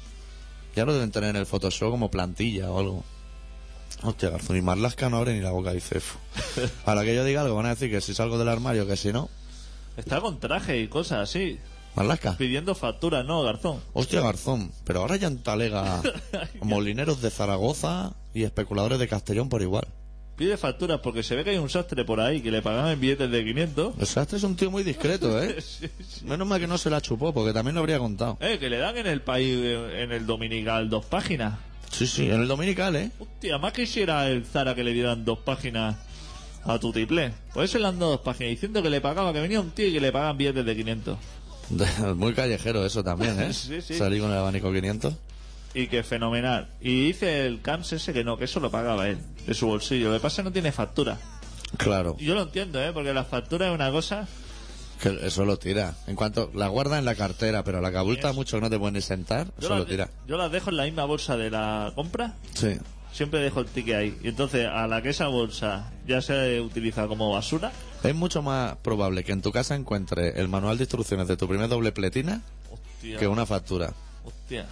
Speaker 1: Ya lo deben tener en el Photoshop como plantilla o algo. Hostia, Garzón, y Marlasca no abre ni la boca, dice. "Fu". Ahora que yo diga algo, van a decir que si salgo del armario, que si no.
Speaker 2: Está con traje y cosas así.
Speaker 1: Marlasca.
Speaker 2: Pidiendo facturas, ¿no, Garzón?
Speaker 1: Hostia, Garzón, pero ahora ya entalega molineros de Zaragoza y especuladores de Castellón por igual.
Speaker 2: Pide facturas porque se ve que hay un sastre por ahí que le pagaban en billetes de 500.
Speaker 1: O sea, este es un tío muy discreto, ¿eh? Menos mal que no se la chupó, porque también lo habría contado.
Speaker 2: Eh, que le dan en el país, eh, en el Dominical, dos páginas.
Speaker 1: Sí, sí, en el Dominical, ¿eh?
Speaker 2: Hostia, más quisiera el Zara que le dieran dos páginas a tu tiple. Por eso le han dado dos páginas, diciendo que le pagaba, que venía un tío y que le pagaban billetes de 500.
Speaker 1: Muy callejero eso también, ¿eh?
Speaker 2: Sí, sí.
Speaker 1: Salí con el abanico 500.
Speaker 2: Y que fenomenal. Y dice el Camps ese que no, que eso lo pagaba él, de su bolsillo. Lo que pasa es que no tiene factura.
Speaker 1: Claro,
Speaker 2: Yo lo entiendo, ¿eh? Porque la factura es una cosa...
Speaker 1: que eso lo tira. En cuanto la guarda en la cartera, pero la que abulta mucho que no te pueden ni sentar,
Speaker 2: Yo,
Speaker 1: eso lo
Speaker 2: las,
Speaker 1: tira.
Speaker 2: yo las dejo en la misma bolsa de la compra
Speaker 1: Sí.
Speaker 2: siempre dejo el ticket ahí. Y entonces, a la que esa bolsa ya se utiliza como basura,
Speaker 1: Es mucho más probable que en tu casa encuentres el manual de instrucciones de tu primer doble pletina
Speaker 2: hostia,
Speaker 1: que una factura.
Speaker 2: hostia.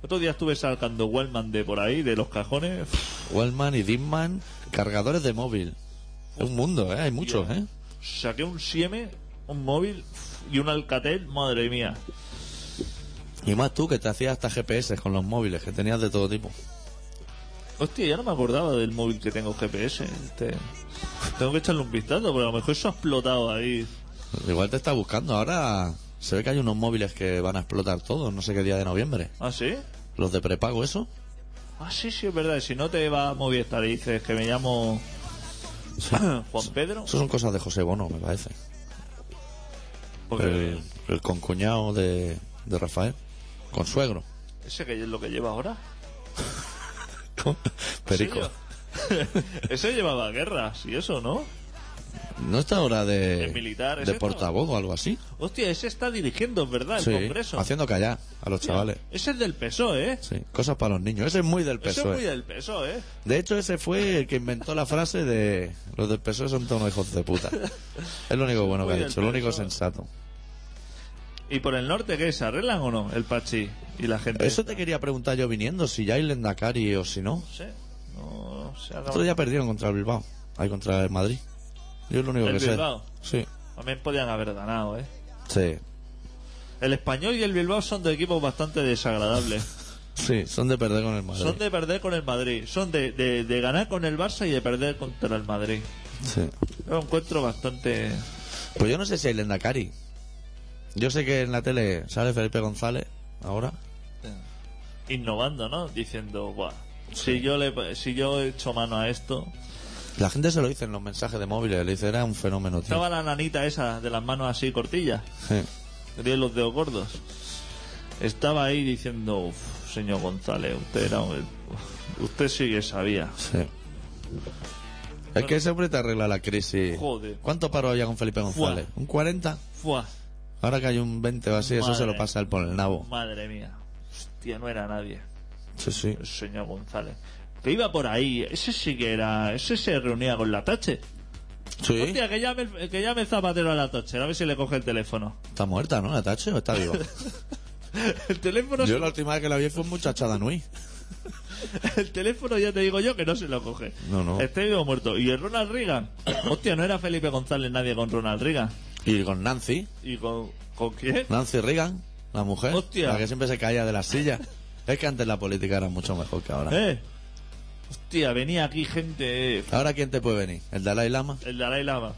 Speaker 2: Otro día estuve sacando Wellman de por ahí, de los cajones.
Speaker 1: Wellman y Dimman, cargadores de móvil. Es un mundo, ¿eh? Hay muchos, ¿eh?
Speaker 2: Saqué un Sieme, un móvil y un Alcatel, madre mía.
Speaker 1: Y más tú que te hacías hasta GPS con los móviles, que tenías de todo tipo.
Speaker 2: Hostia, ya no me acordaba del móvil que tengo GPS. este. Tengo que echarle un vistazo, porque a lo mejor eso ha explotado ahí.
Speaker 1: Igual te está buscando. Ahora se ve que hay unos móviles que van a explotar todos, no sé qué día de noviembre.
Speaker 2: ¿Ah, sí?
Speaker 1: Los de prepago, eso.
Speaker 2: Ah, sí, sí, es verdad. Y Si no te va a Movistar y dices que me llamo Juan Pedro,
Speaker 1: Eso son cosas de José Bono, me parece.
Speaker 2: porque
Speaker 1: El, el concuñado de, de Rafael. Consuegro.
Speaker 2: ese que es lo que lleva ahora.
Speaker 1: Perico.
Speaker 2: ¿Serio? Ese llevaba guerras y eso, ¿no?
Speaker 1: ¿No está ahora de,
Speaker 2: ¿Es militar, es
Speaker 1: de
Speaker 2: esto?
Speaker 1: portavoz o algo así?
Speaker 2: Hostia, ese está dirigiendo, ¿verdad? El
Speaker 1: sí,
Speaker 2: Congreso.
Speaker 1: haciendo callar a los
Speaker 2: Hostia,
Speaker 1: chavales.
Speaker 2: Ese es del PSOE, ¿eh?
Speaker 1: Sí, cosas para los niños. Ese es muy del
Speaker 2: Ese es
Speaker 1: PSOE.
Speaker 2: muy del PSOE, ¿eh?
Speaker 1: De hecho, ese fue el que inventó la frase de los del PSOE E son todos unos hijos de puta. Es lo único bueno que
Speaker 2: Muy
Speaker 1: ha
Speaker 2: del
Speaker 1: dicho, lo único
Speaker 2: PSOE.
Speaker 1: sensato.
Speaker 2: ¿Y por el norte qué? ¿Se arreglan o no? El Pachi y la gente.
Speaker 1: Eso te quería preguntar yo viniendo, si ya hay Lendakari o si no.
Speaker 2: No sé. No se ha
Speaker 1: Otro día perdieron contra el Bilbao, ahí contra el Madrid. Yo es lo único
Speaker 2: ¿El
Speaker 1: que sé.
Speaker 2: Bilbao?
Speaker 1: Sí.
Speaker 2: También podían haber ganado, ¿eh?
Speaker 1: sí,
Speaker 2: El español y el Bilbao son de equipos bastante desagradables.
Speaker 1: sí, son de perder con el Madrid.
Speaker 2: son de perder con el Madrid. Son de, de, de ganar con el Barça y de perder contra el Madrid.
Speaker 1: Sí.
Speaker 2: Yo lo encuentro bastante.
Speaker 1: Pues yo no sé si hay Lendakari. Yo sé que en la tele sale Felipe González ahora.
Speaker 2: innovando, ¿no? Diciendo, Buah, si yo le si yo echo mano a esto,
Speaker 1: La gente se lo dice en los mensajes de móviles, le dice, era un fenómeno, tío.
Speaker 2: Estaba la nanita esa de las manos así cortillas,
Speaker 1: Sí.
Speaker 2: de los dedos gordos. Estaba ahí diciendo, "Uf, señor González, usted era un- Usted sí que sabía.
Speaker 1: Sí. Es que siempre te arregla la crisis.
Speaker 2: Joder.
Speaker 1: ¿Cuánto paro había con Felipe González? ¿Un 40?
Speaker 2: Fua,
Speaker 1: Ahora que hay un 20 o así, eso se lo
Speaker 2: Madre.
Speaker 1: pasa él por el nabo.
Speaker 2: madre mía. Hostia, no era nadie.
Speaker 1: Sí, sí.
Speaker 2: El señor González. Que iba por ahí, ese sí que era. Ese se reunía con la tache.
Speaker 1: Sí.
Speaker 2: Hostia, que llame, el- que llame Zapatero a la tache, a ver si le coge el teléfono.
Speaker 1: Está muerta, ¿no? ¿La Tache o está viva?
Speaker 2: El teléfono,
Speaker 1: Yo la última vez que la vi fue un muchacho de Nui.
Speaker 2: el teléfono ya te digo yo que no se lo coge.
Speaker 1: No, no.
Speaker 2: Este vivo o muerto. Y el Ronald Reagan. Hostia, no era Felipe González nadie con Ronald Reagan.
Speaker 1: Y con Nancy.
Speaker 2: ¿Y con, con quién?
Speaker 1: Nancy Reagan, la mujer.
Speaker 2: Hostia.
Speaker 1: La que siempre se caía de la silla. Es que antes la política era mucho mejor que ahora.
Speaker 2: ¿Eh? Hostia, venía aquí gente. eh,
Speaker 1: ¿Ahora quién te puede venir? ¿El Dalai Lama?
Speaker 2: El Dalai Lama.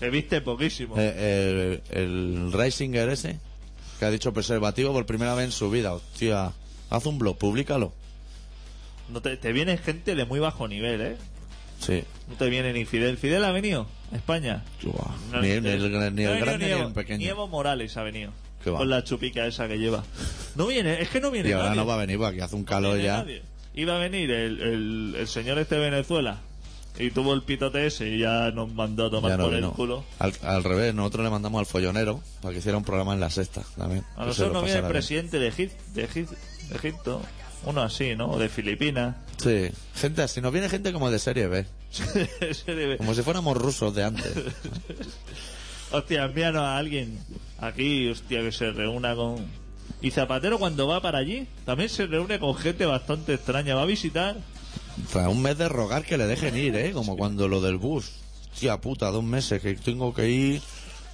Speaker 2: Que viste poquísimo.
Speaker 1: Eh, el, el Reisinger ese, que ha dicho preservativo por primera vez en su vida. Hostia, haz un blog, públicalo.
Speaker 2: No te, te viene gente de muy bajo nivel, ¿eh?
Speaker 1: Sí.
Speaker 2: No te viene ni Fidel. ¿Fidel ha venido? a España.
Speaker 1: Buah,
Speaker 2: No,
Speaker 1: ni,
Speaker 2: eh,
Speaker 1: ni el, gra- ni
Speaker 2: no
Speaker 1: el
Speaker 2: ha venido
Speaker 1: grande ni
Speaker 2: Evo-
Speaker 1: el pequeño.
Speaker 2: Evo Morales ha venido.
Speaker 1: Qué va.
Speaker 2: Con la chupica esa que lleva. No viene, es que no viene
Speaker 1: Y ahora
Speaker 2: nadie.
Speaker 1: no va a venir porque hace un
Speaker 2: No
Speaker 1: calor
Speaker 2: viene
Speaker 1: ya.
Speaker 2: nadie. Iba a venir el, el- el señor este de Venezuela y tuvo el pitote ese y ya nos mandó a tomar
Speaker 1: Ya no
Speaker 2: por el
Speaker 1: vino.
Speaker 2: culo.
Speaker 1: Al, al revés, nosotros le mandamos al follonero para que hiciera un programa en la sexta también.
Speaker 2: A
Speaker 1: Que se
Speaker 2: nosotros
Speaker 1: lo
Speaker 2: no viene el
Speaker 1: pasara bien.
Speaker 2: presidente de, Egip- de Egip- de Egipto, uno así, ¿no? O de Filipinas.
Speaker 1: Sí, gente así, nos viene gente como de serie B,
Speaker 2: Se debe-
Speaker 1: como si fuéramos rusos de antes.
Speaker 2: Hostia, envíanos a alguien aquí, hostia, que se reúna con... Y Zapatero cuando va para allí también se reúne con gente bastante extraña. Va a visitar...
Speaker 1: Tras un mes de rogar que le dejen ir, ¿eh? Como cuando lo del bus. Hostia puta, dos meses que tengo que ir,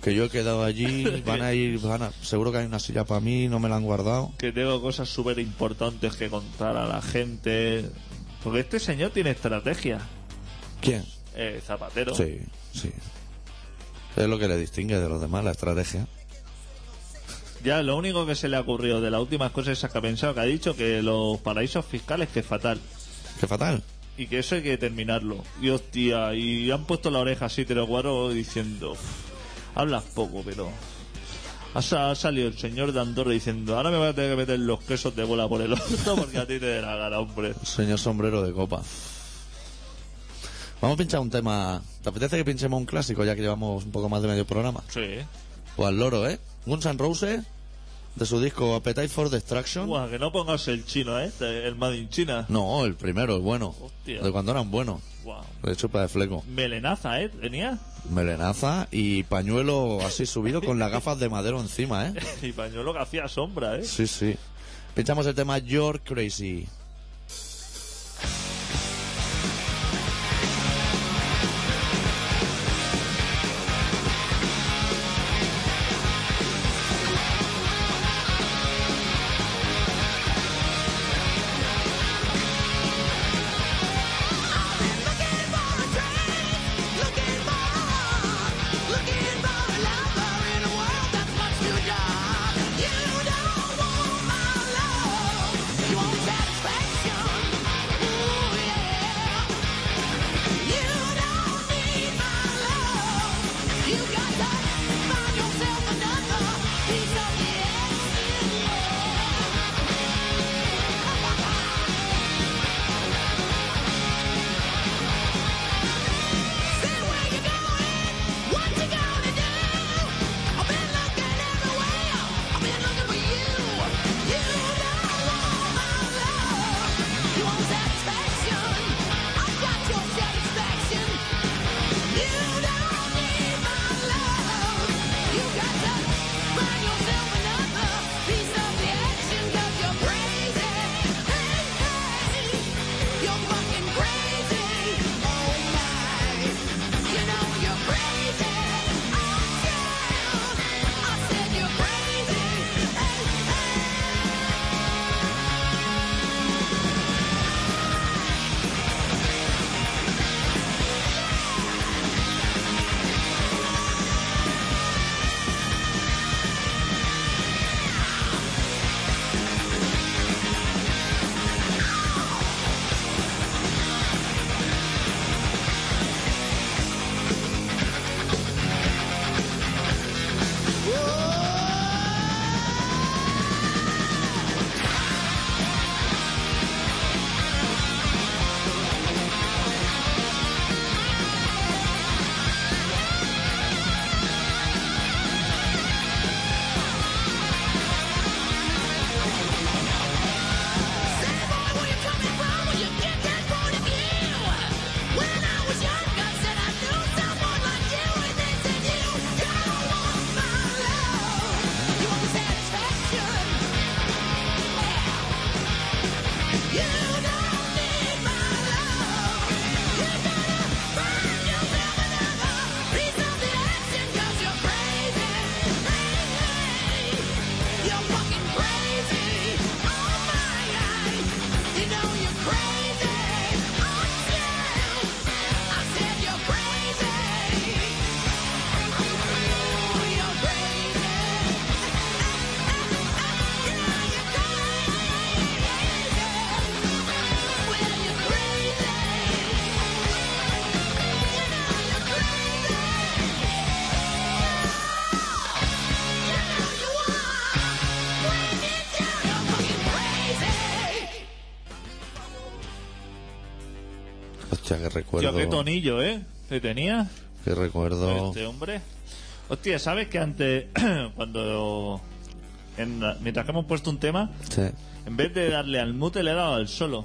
Speaker 1: que yo he quedado allí, van a ir, van a- seguro que hay una silla para mí, no me la han guardado.
Speaker 2: que tengo cosas súper importantes que contar a la gente. Porque este señor tiene estrategia.
Speaker 1: ¿Quién?
Speaker 2: Eh, Zapatero.
Speaker 1: Sí, sí. Es lo que le distingue de los demás, la estrategia.
Speaker 2: Ya, lo único que se le ha ocurrido de las últimas cosas esas que ha pensado, que ha dicho que los paraísos fiscales, que es fatal.
Speaker 1: Qué fatal.
Speaker 2: Y que eso hay que terminarlo. Y hostia, y han puesto la oreja así, te lo guardo, diciendo... "Uf, Hablas poco, pero... Ha sa- ha salido el señor de Andorra diciendo, ahora me voy a tener que meter los quesos de bola por el orto porque a ti te dé la gana, hombre.
Speaker 1: Señor sombrero de copa. Vamos a pinchar un tema. ¿Te apetece que pinchemos un clásico ya que llevamos un poco más de medio programa?
Speaker 2: Sí.
Speaker 1: O al loro, ¿eh? Guns N' Roses, de su disco Appetite for Destruction.
Speaker 2: Buah, que no pongas el chino, ¿eh? El Made in China.
Speaker 1: No, el primero, el bueno.
Speaker 2: Hostia.
Speaker 1: De cuando eran buenos.
Speaker 2: Guau.
Speaker 1: De chupa de fleco.
Speaker 2: Melenaza, ¿eh? Tenía.
Speaker 1: Melenaza y pañuelo así subido con las gafas de madero encima, ¿eh?
Speaker 2: Y pañuelo que hacía sombra, ¿eh?
Speaker 1: Sí, sí. Pinchamos el tema You're Crazy.
Speaker 7: You won't satisfy
Speaker 5: Oh Oh,
Speaker 1: Hostia, qué recuerdo.
Speaker 2: Tío, qué tonillo, ¿eh? Que tenía
Speaker 1: qué recuerdo.
Speaker 2: este hombre. Hostia, ¿sabes que antes, cuando... en- mientras que hemos puesto un tema,
Speaker 1: Sí.
Speaker 2: en vez de darle al mute le he dado al solo.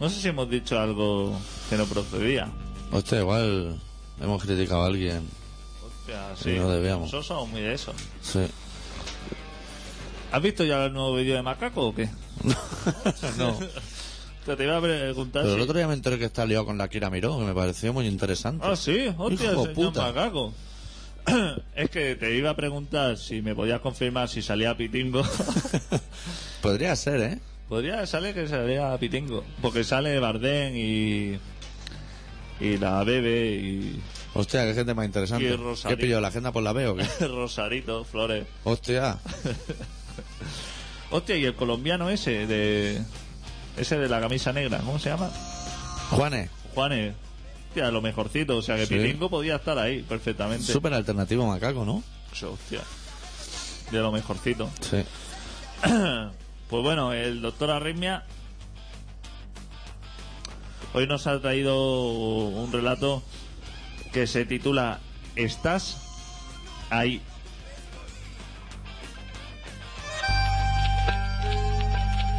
Speaker 2: No sé si hemos dicho algo que no procedía.
Speaker 1: Hostia, igual hemos criticado a alguien.
Speaker 2: Hostia,
Speaker 1: Sí,
Speaker 2: sí.
Speaker 1: no debíamos.
Speaker 2: Nosotros somos muy de eso.
Speaker 1: Sí.
Speaker 2: Ah, ¿Has visto ya el nuevo vídeo de Macaco o qué?
Speaker 1: no.
Speaker 2: Te, te iba a preguntar
Speaker 1: Pero
Speaker 2: si...
Speaker 1: el otro día me enteré que está liado con la Kira Miró, que me pareció muy interesante.
Speaker 2: Ah, sí, hostia,
Speaker 1: Hijo
Speaker 2: señor
Speaker 1: de puta.
Speaker 2: Macaco. es que te iba a preguntar si me podías confirmar si salía Pitingo.
Speaker 1: Podría ser, ¿eh?
Speaker 2: Podría salir que salía Pitingo. Porque sale Bardén y. Y la Bebe y.
Speaker 1: Hostia, qué gente más interesante.
Speaker 2: Y Rosalía.
Speaker 1: ¿Qué pilló la agenda por la veo? ¿qué?
Speaker 2: Rosarito, Flores.
Speaker 1: Hostia.
Speaker 2: Hostia, y el colombiano ese de. Ese de la camisa negra, ¿cómo se llama?
Speaker 1: Juanes,
Speaker 2: Juanes. Hostia, lo mejorcito. O sea que
Speaker 1: Sí.
Speaker 2: Pitingo podía estar ahí perfectamente.
Speaker 1: súper alternativo macaco, ¿no?
Speaker 2: Hostia. De lo mejorcito.
Speaker 1: Sí.
Speaker 2: Pues bueno, el doctor Arritmia hoy nos ha traído un relato que se titula ¿Estás ahí?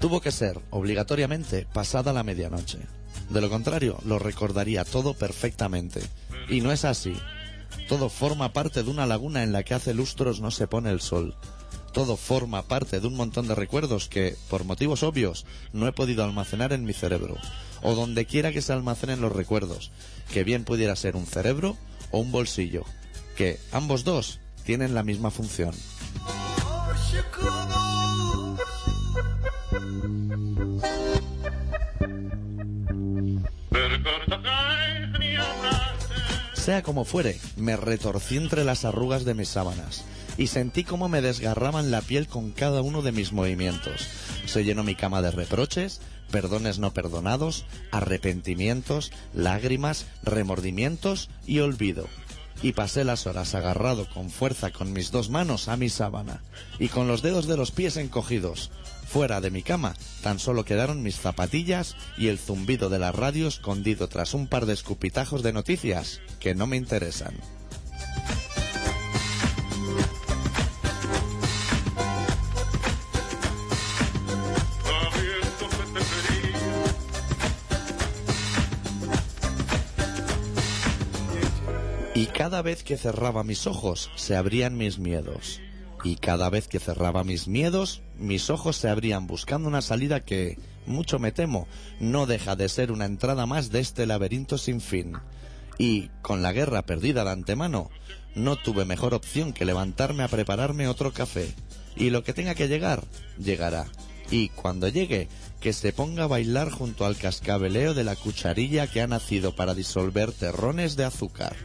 Speaker 1: Tuvo que ser, obligatoriamente, pasada la medianoche. De lo contrario, lo recordaría todo perfectamente. Y no es así. Todo forma parte de una laguna en la que hace lustros no se pone el sol. Todo forma parte de un montón de recuerdos que, por motivos obvios, no he podido almacenar en mi cerebro. O donde quiera que se almacenen los recuerdos, que bien pudiera ser un cerebro o un bolsillo. Que ambos dos tienen la misma función. Sea como fuere, me retorcí entre las arrugas de mis sábanas y sentí cómo me desgarraban la piel con cada uno de mis movimientos. Se llenó mi cama de reproches, perdones no perdonados, arrepentimientos, lágrimas, remordimientos y olvido. Y pasé las horas agarrado con fuerza con mis dos manos a mi sábana y con los dedos de los pies encogidos. Fuera de mi cama tan solo quedaron mis zapatillas y el zumbido de la radio escondido tras un par de escupitajos de noticias que no me interesan. Y cada vez que cerraba mis ojos, se abrían mis miedos. Y cada vez que cerraba mis miedos, mis ojos se abrían buscando una salida que, mucho me temo, no deja de ser una entrada más de este laberinto sin fin. Y, con la guerra perdida de antemano, no tuve mejor opción que levantarme a prepararme otro café. Y lo que tenga que llegar, llegará. Y cuando llegue, que se ponga a bailar junto al cascabeleo de la cucharilla que ha nacido para disolver terrones de azúcar.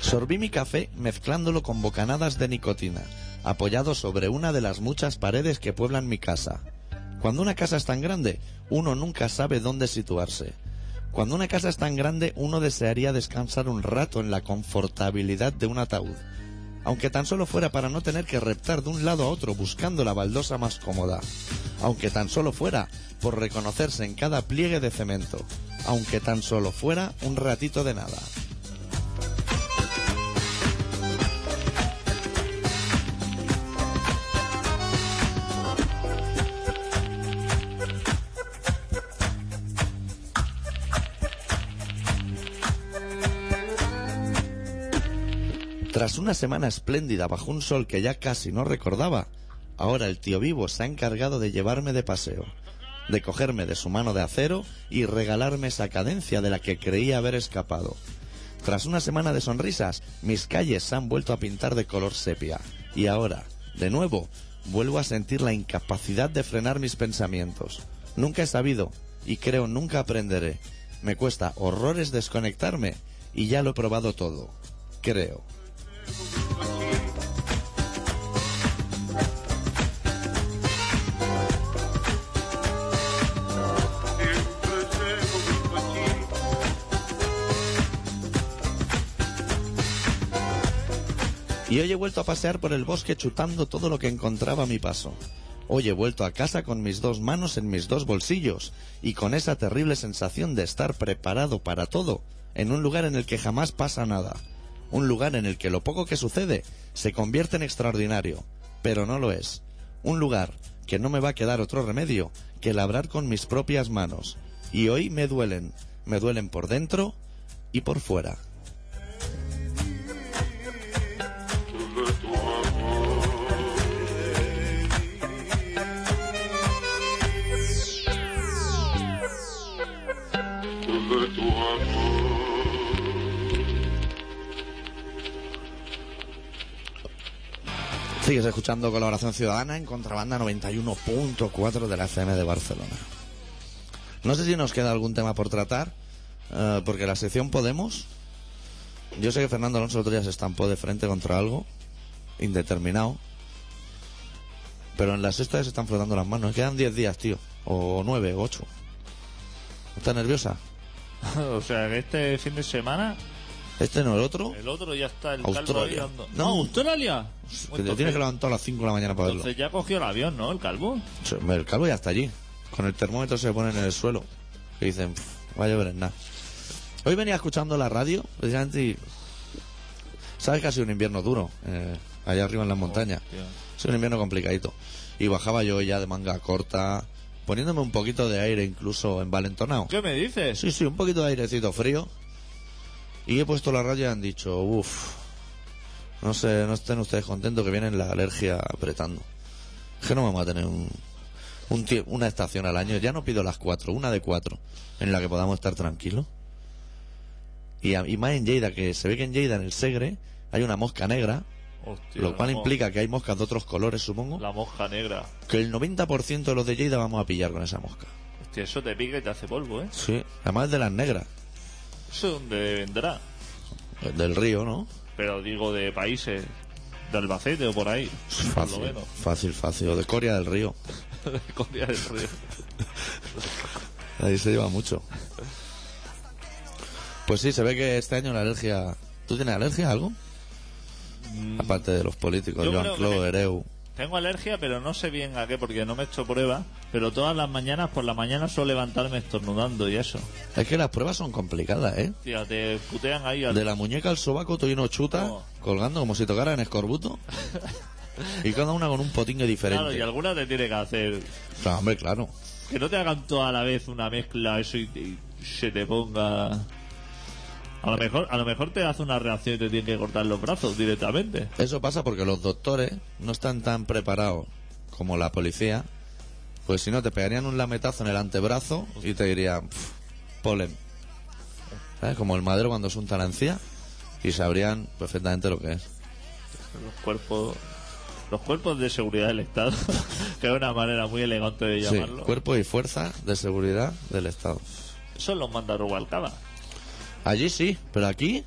Speaker 1: Sorbí mi café mezclándolo con bocanadas de nicotina, apoyado sobre una de las muchas paredes que pueblan mi casa. Cuando una casa es tan grande, uno nunca sabe dónde situarse. Cuando una casa es tan grande, uno desearía descansar un rato en la confortabilidad de un ataúd, aunque tan solo fuera para no tener que reptar de un lado a otro buscando la baldosa más cómoda, aunque tan solo fuera por reconocerse en cada pliegue de cemento, aunque tan solo fuera un ratito de nada. Tras una semana espléndida bajo un sol que ya casi no recordaba, ahora el tío vivo se ha encargado de llevarme de paseo, de cogerme de su mano de acero y regalarme esa cadencia de la que creía haber escapado, Tras una semana de sonrisas, mis calles se han vuelto a pintar de color sepia. Y ahora, de nuevo, vuelvo a sentir la incapacidad de frenar mis pensamientos. Nunca he sabido, y creo nunca aprenderé. Me cuesta horrores desconectarme, y ya lo he probado todo. Creo. Y hoy he vuelto a pasear por el bosque chutando todo lo que encontraba a mi paso. Hoy he vuelto a casa con mis dos manos en mis dos bolsillos y con esa terrible sensación de estar preparado para todo, en un lugar en el que jamás pasa nada. Un lugar en el que lo poco que sucede se convierte en extraordinario, pero no lo es. Un lugar que no me va a quedar otro remedio que labrar con mis propias manos. Y hoy me duelen, me duelen por dentro y por fuera. Sigues escuchando Colaboración Ciudadana en Contrabanda 91.4 de la FM de Barcelona. No sé si nos queda algún tema por tratar, eh, porque la sección Podemos. Yo sé que Fernando Alonso el otro día se estampó de frente contra algo indeterminado, pero en la sexta ya se están frotando las manos. Quedan 10 días, tío, o 9, o 8. ¿Estás nerviosa?
Speaker 2: o sea, que este fin de semana,
Speaker 1: Este no, el otro.
Speaker 2: el otro ya está el calvo ahí
Speaker 1: Australia.
Speaker 2: dando.
Speaker 1: No.
Speaker 2: ¡No, Australia!
Speaker 1: Que te tienes que levantar a las 5 de la mañana para verlo.
Speaker 2: Entonces ya cogió el avión, ¿no? El calvo.
Speaker 1: Sí, hombre, El calvo ya está allí. Con el termómetro se ponen en el suelo. Y dicen, "Pff, va a llover en nada. Hoy venía escuchando la radio, precisamente, y... Sabes que ha sido un invierno duro, eh, allá arriba en las montañas.
Speaker 2: Hostia.
Speaker 1: Ha sido un invierno complicadito. Y bajaba yo ya de manga corta, poniéndome un poquito de aire incluso envalentonado.
Speaker 2: ¿Qué me dices?
Speaker 1: Sí, sí, un poquito de airecito frío. Y he puesto la radio y han dicho, uff, no sé, no estén ustedes contentos que vienen la alergia apretando. Que no vamos a tener un, un tie- una estación al año. Ya no pido las cuatro, una de cuatro, en la que podamos estar tranquilos. Y, a- y más en Lleida, que se ve que en Lleida, en el Segre, hay una mosca negra,
Speaker 2: Hostia,
Speaker 1: lo cual
Speaker 2: la mo-
Speaker 1: implica que hay moscas de otros colores, supongo,
Speaker 2: La mosca negra.
Speaker 1: que el 90% de los de Lleida vamos a pillar con esa mosca.
Speaker 2: Hostia, eso te pica y te hace polvo, ¿eh?
Speaker 1: Sí, además de las negras, pues
Speaker 2: Eso es donde vendrá.
Speaker 1: del río, ¿no?
Speaker 2: Pero digo de países de Albacete o por ahí. Por lo
Speaker 1: Pues Fácil,
Speaker 2: menos.
Speaker 1: fácil, fácil. O de Coria del Río.
Speaker 2: De Coria del Río.
Speaker 1: Ahí se lleva mucho. Pues sí, se ve que este año la alergia... ¿Tú tienes alergia a algo? Aparte de los políticos,
Speaker 2: Mm. Yo
Speaker 1: Joan
Speaker 2: creo que
Speaker 1: Clos,
Speaker 2: tengo.
Speaker 1: Ereu...
Speaker 2: Tengo alergia, pero no sé bien a qué porque no me he hecho pruebas. Pero todas las mañanas, por la mañana, suelo levantarme estornudando y eso.
Speaker 1: Es que las pruebas son complicadas, ¿eh?
Speaker 2: Tía, te putean ahí al...
Speaker 1: De la muñeca al sobaco estoy uno chuta,
Speaker 2: No.
Speaker 1: colgando como si tocaran escorbuto. y cada una con un potingue
Speaker 2: Claro, y
Speaker 1: diferente.
Speaker 2: alguna te tiene que hacer.
Speaker 1: Claro, hombre, claro.
Speaker 2: Que no te hagan toda la vez una mezcla eso y, y se te ponga. A lo mejor, a lo mejor te hace una reacción y te tienen que cortar los brazos directamente.
Speaker 1: Eso pasa porque los doctores no están tan preparados como la policía, pues si no te pegarían un lametazo en el antebrazo y te dirían "Pf, polen. ¿Sabes? Como el madero cuando es un talancía y sabrían perfectamente lo que es.
Speaker 2: Los cuerpos. Los cuerpos de seguridad del Estado, que es una manera muy elegante de
Speaker 1: Sí,
Speaker 2: llamarlo,
Speaker 1: cuerpo y fuerza de seguridad del Estado.
Speaker 2: son los manda Rubalcaba.
Speaker 1: Allí sí, pero aquí,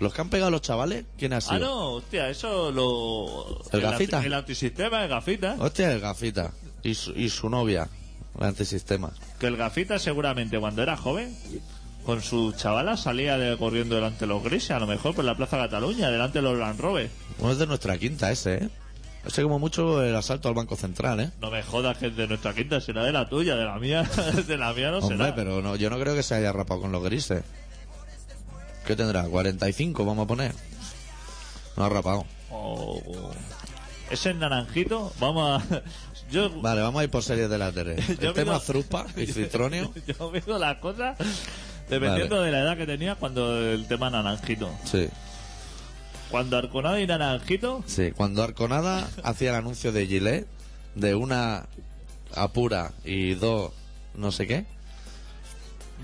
Speaker 1: los que han pegado a los chavales, ¿quién ha sido?
Speaker 2: Ah, no, hostia, eso lo.
Speaker 1: El
Speaker 2: anti-
Speaker 1: gafita.
Speaker 2: El antisistema de gafitas.
Speaker 1: Hostia, el gafita y su, y su novia, el antisistema.
Speaker 2: Que el gafita seguramente cuando era joven, con su chavala salía de- corriendo delante de los grises, a lo mejor por la Plaza Cataluña, delante de los Land Rover.
Speaker 1: Uno es de nuestra quinta ese, ¿eh? Ese como mucho el asalto al Banco Central, ¿eh?
Speaker 2: No me jodas que es de nuestra quinta será de la tuya, de la mía, de la mía no
Speaker 1: Hombre,
Speaker 2: será.
Speaker 1: pero no, yo no creo que se haya rapado con los grises. ¿Qué tendrá? ¿45 vamos a poner? No ha rapado.
Speaker 2: O- o- Oh, Ese naranjito, vamos a... Yo,
Speaker 1: Vale, vamos a ir por series de la tele. El
Speaker 2: Yo
Speaker 1: tema
Speaker 2: miro-
Speaker 1: Zrupa y Citronio.
Speaker 2: yo veo las cosas dependiendo de la edad que tenía cuando el tema naranjito.
Speaker 1: Sí,
Speaker 2: Cuando Arconada y naranjito,
Speaker 1: sí. Cuando Arconada hacía el anuncio de Gillette de una apura y dos no sé qué,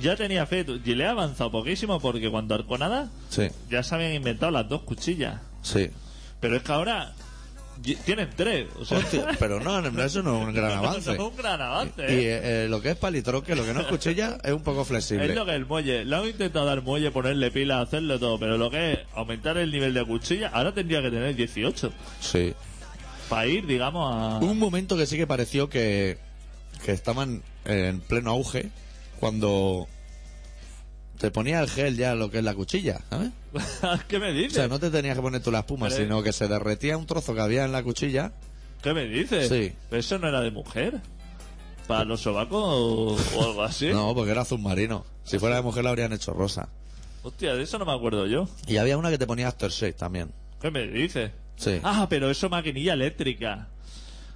Speaker 2: ya tenía fe. Gile ha avanzado poquísimo porque cuando Arconada
Speaker 1: Sí,
Speaker 2: ya se habían inventado las dos cuchillas.
Speaker 1: sí.
Speaker 2: Pero es que ahora Gi- tienen tres. O sea,
Speaker 1: Hostia, pero no, no, eso no es un gran
Speaker 2: no,
Speaker 1: avance.
Speaker 2: no es un gran avance,
Speaker 1: Y, y,
Speaker 2: ¿eh?
Speaker 1: eh, lo que es palitroque, lo que no escuché ya, es un poco flexible.
Speaker 2: es lo que es el muelle. Le han intentado dar muelle, ponerle pila, hacerlo todo. Pero lo que es aumentar el nivel de cuchilla, ahora tendría que tener 18.
Speaker 1: Sí.
Speaker 2: Para ir, digamos, a.
Speaker 1: Hubo un momento que sí que pareció que, que estaban en pleno auge cuando te ponía el gel ya lo que es la cuchilla, ¿sabes?
Speaker 2: ¿Qué me
Speaker 1: O
Speaker 2: dices?
Speaker 1: sea, no te tenías que poner tú la espuma,
Speaker 2: Pero-
Speaker 1: sino que se derretía un trozo que había en la cuchilla.
Speaker 2: ¿Qué me dices?
Speaker 1: Sí.
Speaker 2: ¿Pero eso no era de mujer? ¿Para los sobacos o, o algo así?
Speaker 1: No, porque era submarino. Si fuera de mujer la habrían hecho rosa.
Speaker 2: Hostia, de eso no me acuerdo yo.
Speaker 1: Y había una que te ponía aftershave también.
Speaker 2: ¿Qué me dices?
Speaker 1: Sí.
Speaker 2: Ah, pero eso maquinilla eléctrica.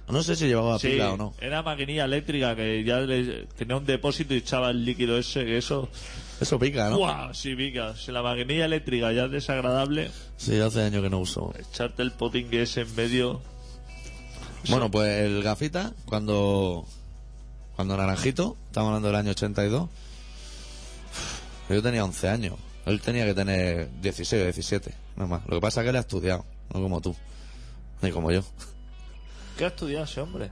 Speaker 1: No sé si llevaba
Speaker 2: Sí,
Speaker 1: pila o no.
Speaker 2: era maquinilla eléctrica que ya le- tenía un depósito y echaba el líquido ese, que eso...
Speaker 1: Eso pica, ¿no?
Speaker 2: ¡Guau! Sí, pica. Si la maquinilla eléctrica ya es desagradable,
Speaker 1: Sí, hace años que no uso.
Speaker 2: echarte el potingue ese en medio...
Speaker 1: Bueno, pues el gafita, cuando. Cuando Naranjito, estamos hablando del año 82. Yo tenía 11 años. Él tenía que tener 16 o 17, nada más. Lo que pasa es que él ha estudiado, no como tú. Ni como yo.
Speaker 2: ¿Qué ha estudiado ese hombre?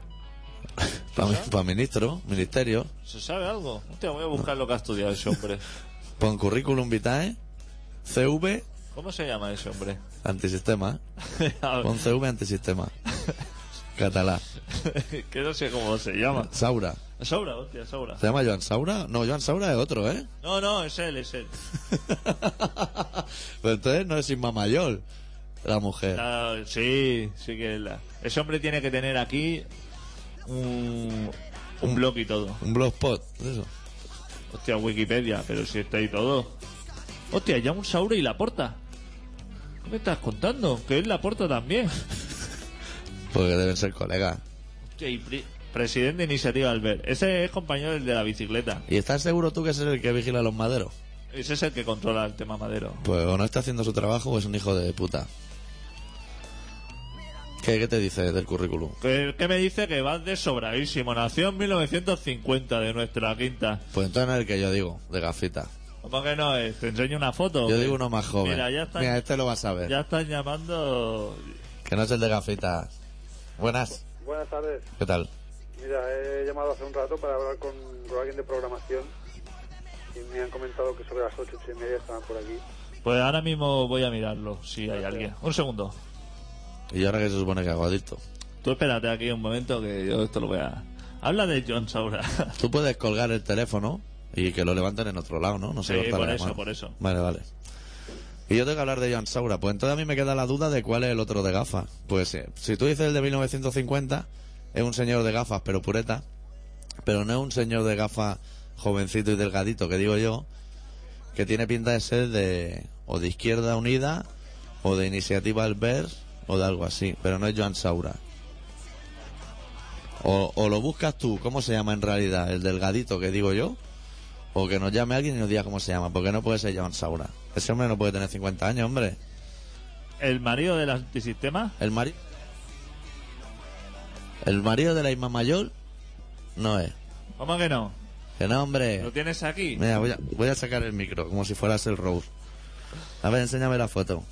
Speaker 1: Para, mi- para ministro, ministerio,
Speaker 2: ¿Se sabe algo? Hostia, voy a buscar lo que ha estudiado ese hombre.
Speaker 1: pon currículum vitae, CV,
Speaker 2: ¿Cómo se llama ese hombre?
Speaker 1: antisistema.
Speaker 2: A ver.
Speaker 1: Pon CV antisistema. Catalá.
Speaker 2: que no sé cómo se llama.
Speaker 1: Saura.
Speaker 2: Saura, hostia, Saura.
Speaker 1: ¿Se llama Joan Saura? No, Joan Saura es otro, ¿eh?
Speaker 2: No, no, es él, es él.
Speaker 1: Pero entonces no es Isma Mayor, la mujer.
Speaker 2: La- sí, sí que es la. Ese hombre tiene que tener aquí un, un blog y todo.
Speaker 1: Un blogspot, eso.
Speaker 2: Hostia, Wikipedia, pero si está ahí todo. Hostia, ya un Saura y la porta. ¿Qué me estás contando? Que es la porta también.
Speaker 1: Porque deben ser colegas.
Speaker 2: Hostia, y pre- presidente de Iniciativa Albert. Ese es compañero del de la bicicleta.
Speaker 1: ¿Y estás seguro tú que ese es el que vigila los maderos?
Speaker 2: Ese es el que controla el tema madero.
Speaker 1: Pues o no está haciendo su trabajo o es un hijo de puta. ¿Qué, qué te dice del currículum?
Speaker 2: Que, que me dice que va de sobradísimo. Nació en 1950 de nuestra quinta.
Speaker 1: Pues entonces no es el que yo digo, de gafita.
Speaker 2: ¿Cómo que no es? Te enseño una foto.
Speaker 1: Yo digo uno más joven.
Speaker 2: Mira, ya están,
Speaker 1: Mira, este lo vas a ver.
Speaker 2: ya están llamando.
Speaker 1: Que no es el de gafita. Buenas,
Speaker 3: Buenas tardes.
Speaker 1: ¿qué tal?
Speaker 3: Mira, he llamado hace un rato para hablar con, con alguien de programación y me han comentado que sobre las ocho, ocho y media estaban por aquí.
Speaker 2: Pues ahora mismo voy a mirarlo, si hay alguien. Un segundo.
Speaker 1: ¿Y ahora que se supone que hago adicto?
Speaker 2: Tú espérate aquí un momento que yo esto lo voy a. Habla de Jones ahora.
Speaker 1: Tú puedes colgar el teléfono y que lo levanten en otro lado, ¿no? No se
Speaker 2: Sí,
Speaker 1: corta
Speaker 2: por
Speaker 1: la
Speaker 2: eso,
Speaker 1: llamada.
Speaker 2: por eso.
Speaker 1: Vale, vale. Y yo tengo que hablar de Joan Saura. Pues entonces a mí me queda la duda de cuál es el otro de gafas. Pues eh, si tú dices el de 1950, es un señor de gafas, pero pureta. Pero no es un señor de gafas jovencito y delgadito, que digo yo, que tiene pinta de ser de o de Izquierda Unida o de Iniciativa Albert o de algo así. Pero no es Joan Saura. O, o lo buscas tú, ¿cómo se llama en realidad? ¿El delgadito que digo yo? O que nos llame alguien y nos diga cómo se llama, porque no puede ser Joan Saura. Ese hombre no puede tener 50 años, hombre.
Speaker 2: El marido del antisistema.
Speaker 1: El marido. El marido de la Isma Mayor no es.
Speaker 2: ¿Cómo que no?
Speaker 1: Que no,
Speaker 2: ¿Lo
Speaker 1: hombre.
Speaker 2: tienes aquí?
Speaker 1: Mira, voy a, voy a sacar el micro, como si fueras el Rose. A ver, enséñame la foto.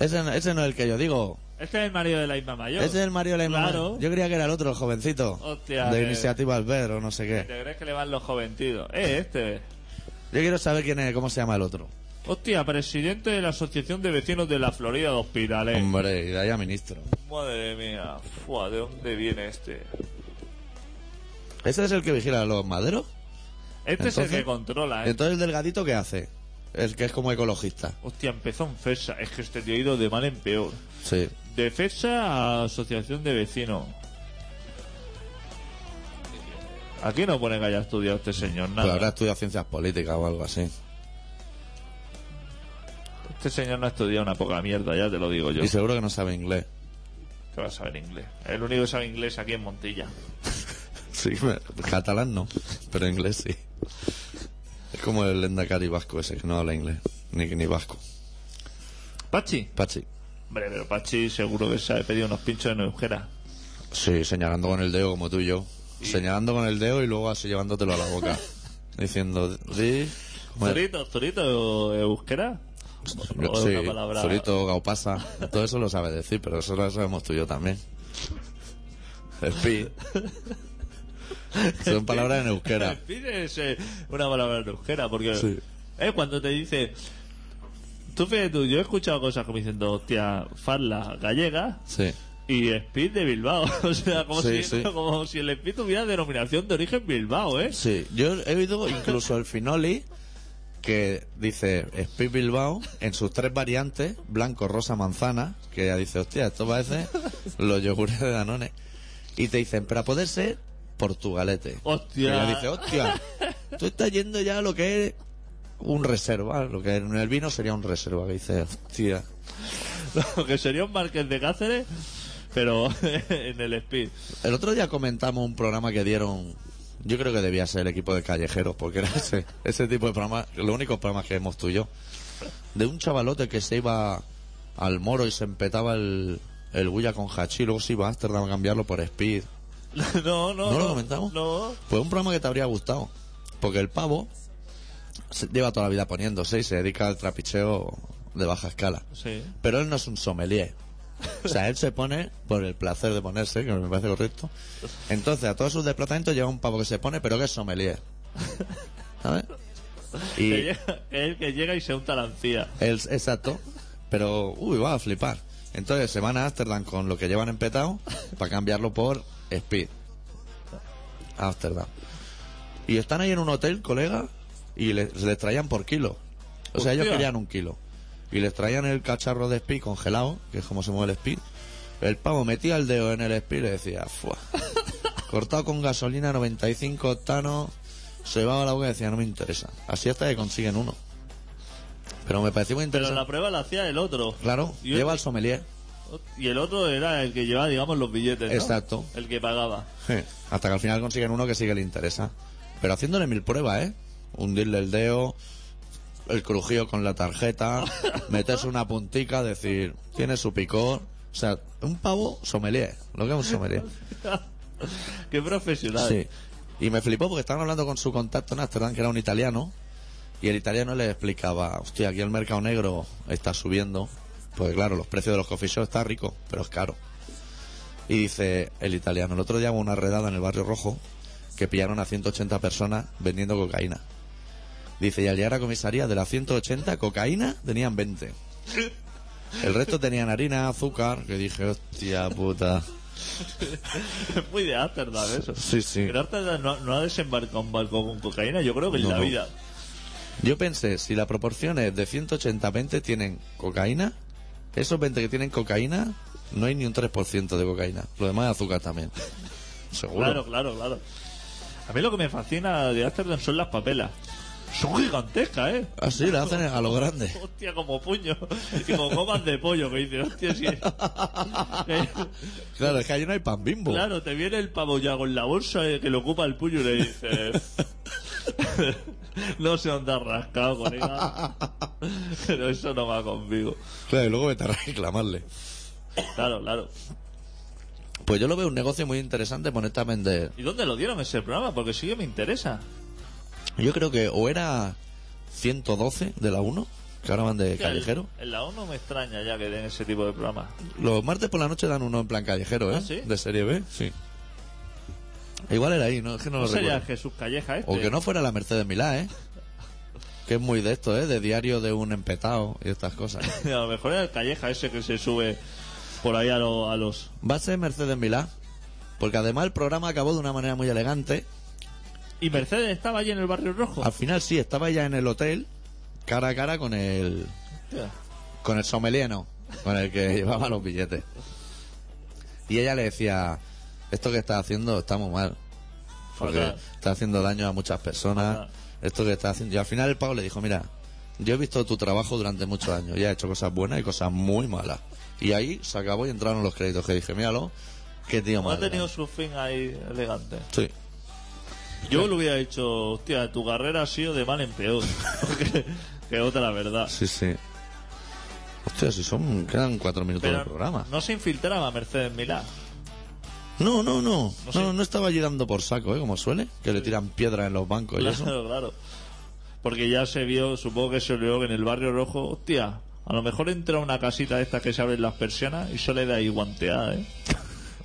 Speaker 1: Ese, no- ese no es el que yo digo.
Speaker 2: Este es el marido de la Isma Mayor.
Speaker 1: Ese es el marido de la Isma
Speaker 2: Claro.
Speaker 1: Mayor. Yo creía que era el otro, el jovencito.
Speaker 2: Hostia,
Speaker 1: de
Speaker 2: eh.
Speaker 1: Iniciativa Albert o no sé qué.
Speaker 2: ¿Te crees que le van los joventidos? Eh, este.
Speaker 1: Yo quiero saber quién es, cómo se llama el otro.
Speaker 2: Hostia, presidente de la Asociación de Vecinos de la Florida de Hospitalet.
Speaker 1: Hombre, y de ahí a ministro.
Speaker 2: Madre mía, Fua, ¿de dónde viene este?
Speaker 1: ¿Ese es el que vigila a los maderos?
Speaker 2: Este es
Speaker 1: Entonces-
Speaker 2: el que controla, ¿eh?
Speaker 1: Entonces el delgadito, ¿qué hace? El que es como ecologista.
Speaker 2: Hostia, empezó en FESA. Es que este tío ha ido de mal en peor.
Speaker 1: Sí.
Speaker 2: De FESA a Asociación de Vecinos. Aquí no pone que haya estudiado este señor
Speaker 1: Pero
Speaker 2: nada.
Speaker 1: habrá estudiado ciencias políticas o algo así.
Speaker 2: Este señor no ha estudiado una poca mierda, ya te lo digo yo.
Speaker 1: Y seguro que no sabe inglés.
Speaker 2: Que va a saber inglés. El único que sabe inglés aquí en Montilla.
Speaker 1: Sí, me- catalán no, pero inglés sí. Es como el Endacari vasco ese, que no habla inglés, ni, ni vasco.
Speaker 2: Pachi.
Speaker 1: Pachi.
Speaker 2: Hombre, pero Pachi seguro que se ha pedido unos pinchos en euskera.
Speaker 1: Sí, señalando con el dedo como tú y yo. Señalando con el dedo y luego así llevándotelo a la boca. diciendo, di. ¿cómo era?
Speaker 2: Zurito, Zurito, euskera.
Speaker 1: Yo-
Speaker 2: O es
Speaker 1: sí,
Speaker 2: una palabra-
Speaker 1: zurito, gaupasa, todo eso lo sabe decir, pero eso lo sabemos tú y yo también. Espi. Son palabras en euskera.
Speaker 2: Espín es eh, una palabra en euskera, porque
Speaker 1: Sí.
Speaker 2: eh, cuando te dice. Tú fíjate tú, yo he escuchado cosas como diciendo, hostia, farla gallega
Speaker 1: Sí.
Speaker 2: y speed de Bilbao. O sea, como,
Speaker 1: Sí,
Speaker 2: si,
Speaker 1: sí.
Speaker 2: como si el speed tuviera denominación de origen Bilbao, ¿eh?
Speaker 1: Sí, yo he oído incluso el Finoli que dice Speed Bilbao en sus tres variantes, blanco, rosa, manzana, que ya dice, hostia, esto parece los yogures de Danone. Y te dicen, para poder ser portugalete.
Speaker 2: Hostia.
Speaker 1: Y ya dice, hostia, tú estás yendo ya a lo que es un reserva, lo que en el vino sería un reserva, que dice, hostia.
Speaker 2: que sería un Marqués de Cáceres, pero en el speed.
Speaker 1: El otro día comentamos un programa que dieron. Yo creo que debía ser el equipo de callejeros, porque era ese, ese tipo de programas, los únicos programas que hemos tú y yo. De un chavalote que se iba al moro y se empetaba el, el bulla con hachí, luego se iba a Ámsterdam a cambiarlo por Speed.
Speaker 2: No, no.
Speaker 1: ¿No lo comentamos?
Speaker 2: No.
Speaker 1: Pues un programa que te habría gustado, porque el pavo se lleva toda la vida poniéndose y se dedica al trapicheo de baja escala.
Speaker 2: Sí.
Speaker 1: Pero él no es un sommelier. O sea, él se pone por el placer de ponerse, que me parece correcto. Entonces, a todos sus desplazamientos lleva un pavo que se pone, pero que es sommelier. ¿Sabes? Y
Speaker 2: Que llega- el que llega y se unta la encía.
Speaker 1: él, exacto. Pero, uy, va a flipar. Entonces, se van a Ámsterdam con lo que llevan empetado para cambiarlo por Speed. Ámsterdam. Y están ahí en un hotel, colega, y le- se les traían por kilo. O sea, ellos
Speaker 2: Hostia.
Speaker 1: querían un kilo. Y les traían el cacharro de Speed congelado, que es como se mueve el Speed. El pavo metía el dedo en el Speed y le decía, fuah. Cortado con gasolina, 95 octanos, se va a la boca y decía, no me interesa. Así hasta que consiguen uno. Pero me pareció muy
Speaker 2: Pero
Speaker 1: interesante.
Speaker 2: la prueba la hacía el otro.
Speaker 1: Claro,
Speaker 2: Y el,
Speaker 1: lleva al sommelier.
Speaker 2: y el otro era el que llevaba, digamos, los billetes. ¿no?
Speaker 1: Exacto.
Speaker 2: El que pagaba.
Speaker 1: Sí, Hasta que al final consiguen uno que sí que le interesa. Pero haciéndole mil pruebas, ¿eh? Hundirle el dedo, el crujido con la tarjeta, meterse una puntica, decir, tiene su picor. O sea, un pavo sommelier, lo que es un sommelier.
Speaker 2: Qué profesional.
Speaker 1: Sí. Y me flipó porque estaban hablando con su contacto en Amsterdam, que era un italiano, y el italiano le explicaba, hostia, aquí el mercado negro está subiendo, porque claro, los precios de los coffee shops está rico, pero es caro. Y dice el italiano, el otro día hubo una redada en el barrio rojo que pillaron a 180 personas vendiendo cocaína. Dice, y al llegar a comisaría de las 180 cocaína tenían 20. El resto tenían harina, azúcar, que dije, hostia puta.
Speaker 2: Es muy de Ámsterdam eso.
Speaker 1: Sí, sí.
Speaker 2: Pero Ámsterdam no, no ha desembarcado un barco con cocaína, yo creo que en
Speaker 1: No,
Speaker 2: la
Speaker 1: no.
Speaker 2: vida.
Speaker 1: Yo pensé, si la proporción es de 180 a 20 tienen cocaína, esos 20 que tienen cocaína, no hay ni un 3% de cocaína. Lo demás es azúcar también. Seguro.
Speaker 2: Claro, claro, claro. A mí lo que me fascina de Ámsterdam son las papelas. Son gigantescas, ¿eh?
Speaker 1: Así le hacen a lo grande.
Speaker 2: Hostia, como puño. Y con gomas de pollo, que dices, hostia, sí. Eh,
Speaker 1: Claro, es que ahí no hay pan bimbo.
Speaker 2: claro, te viene el pavo ya con la bolsa eh, que le ocupa el puño y le dices... no sé dónde has rascado, colega. Pero eso no va conmigo.
Speaker 1: Claro, y luego vete a reclamarle.
Speaker 2: Claro, claro.
Speaker 1: Pues yo lo veo un negocio muy interesante, ponerte a vender.
Speaker 2: ¿Y dónde lo dieron ese programa? Porque sí que me interesa.
Speaker 1: Yo creo que o era 112 de la 1, que ahora van de callejero.
Speaker 2: En la ONU me extraña ya que den ese tipo de programas.
Speaker 1: Los martes por la noche dan uno en plan callejero, ¿eh?
Speaker 2: ¿Ah, sí?
Speaker 1: De serie B, sí. Igual era ahí, ¿no? Es que no,
Speaker 2: No
Speaker 1: lo
Speaker 2: sería
Speaker 1: recuerdo.
Speaker 2: Jesús Calleja este.
Speaker 1: O que no fuera la Mercedes Milá, ¿eh? Que es muy de esto, ¿eh? De diario de un empetado y estas cosas.
Speaker 2: A lo mejor era el Calleja ese que se sube por ahí a, lo- a los...
Speaker 1: Va a ser Mercedes Milá. Porque además el programa acabó de una manera muy elegante.
Speaker 2: Y Mercedes estaba allí en el barrio rojo.
Speaker 1: Al final sí, estaba ya en el hotel, cara a cara con el.
Speaker 2: Hostia.
Speaker 1: con el someliano, con el que llevaba los billetes. Y ella le decía: Esto que estás haciendo está muy mal. Porque
Speaker 2: Fatal.
Speaker 1: está haciendo daño a muchas personas.
Speaker 2: Fatal.
Speaker 1: Esto que está haciendo. Y al final el Pablo le dijo, mira, yo he visto tu trabajo durante muchos años. Y has hecho cosas buenas y cosas muy malas. Y ahí se acabó y entraron los créditos. Que dije, míralo, qué tío
Speaker 2: No
Speaker 1: más.
Speaker 2: ha tenido
Speaker 1: grande".
Speaker 2: su fin ahí elegante.
Speaker 1: Sí.
Speaker 2: Yo lo hubiera dicho, hostia, tu carrera ha sido de mal en peor. que, que otra verdad.
Speaker 1: Sí, sí. Hostia, si son... Quedan cuatro minutos de
Speaker 2: Pero
Speaker 1: programa.
Speaker 2: no se infiltraba Mercedes Milá.
Speaker 1: No, no, no.
Speaker 2: No sé.
Speaker 1: No, no estaba allí dando por saco, ¿eh? Como suele, que le tiran piedras en los bancos y Pues eso.
Speaker 2: Claro, claro. Porque ya se vio, supongo que se vio que en el barrio rojo, hostia, a lo mejor entra una casita de estas que se abren las persianas y solo le da ahí guanteada, ¿eh?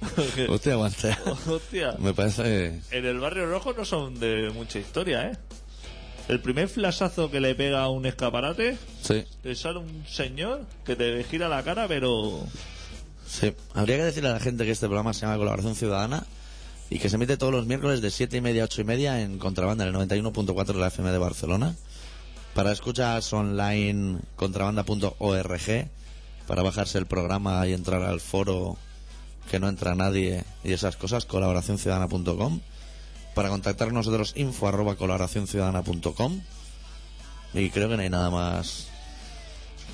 Speaker 2: Porque-
Speaker 1: Hostia, aguanta.
Speaker 2: hostia,
Speaker 1: Me parece.
Speaker 2: en el barrio rojo no son de mucha historia, ¿eh? El primer flasazo que le pega a un escaparate,
Speaker 1: Sí,
Speaker 2: te sale un señor que te gira la cara, pero...
Speaker 1: sí. Habría que decirle a la gente que este programa se llama Colaboración Ciudadana y que se emite todos los miércoles de 7 y media a 8 y media en contrabanda, en el 91.4 de la FM de Barcelona. Para escuchas online, contrabanda.org, para bajarse el programa y entrar al foro que no entra nadie y esas cosas, colaboracionciudadana.com. Para contactar con nosotros, info arroba colaboracionciudadana.com. Y creo que no hay nada más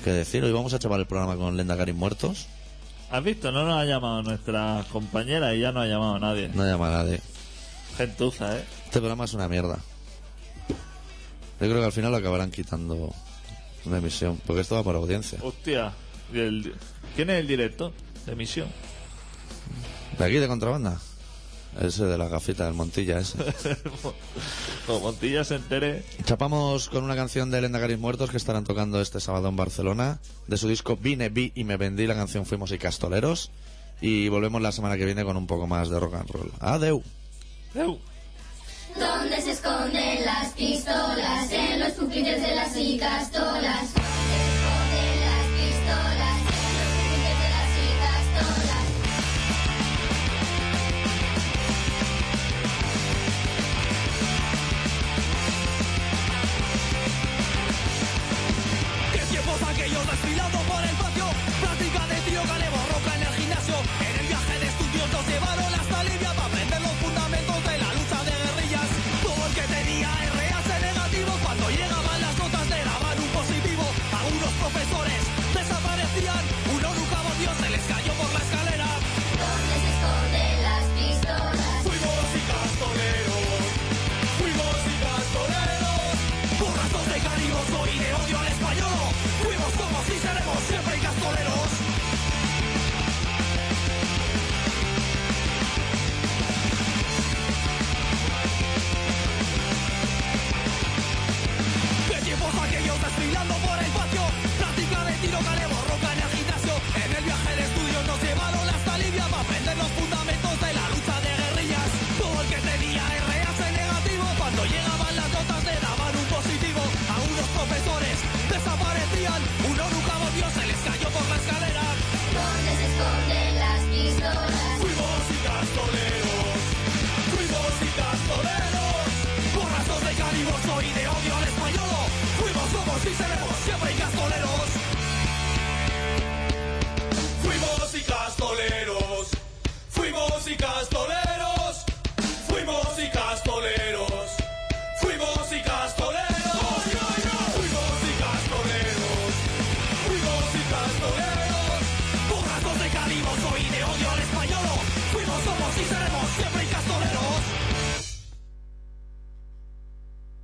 Speaker 1: que decir. Hoy vamos a chapar el programa con Lenda Karim Muertos.
Speaker 2: ¿Has visto? No nos ha llamado nuestra compañera y ya no ha llamado nadie.
Speaker 1: No llama a nadie.
Speaker 2: Gentuza, ¿eh?
Speaker 1: Este programa es una mierda. Yo creo que al final lo acabarán quitando una emisión, porque esto va por audiencia.
Speaker 2: Hostia, y el- ¿quién es el director de emisión?
Speaker 1: ¿De aquí de contrabanda? Ese de la gafita del Montilla, ese.
Speaker 2: Como Montilla se entere,
Speaker 1: Chapamos con una canción de Lendakaris Muertos que estarán tocando este sábado en Barcelona. De su disco Vine, vi y me vendí, la canción Fuimos y Castoleros. Y volvemos la semana que viene con un poco más de rock and roll. Adeu.
Speaker 2: ¡eu!
Speaker 8: donde se esconden las pistolas en los pupitres de las castolas. Se esconden las pistolas en los pupitres de las castolas.
Speaker 5: ¿Qué tiempos aquellos desfilando por el patio? Práctica de tío que le borroca en el gimnasio. En el viaje de estudios nos llevaron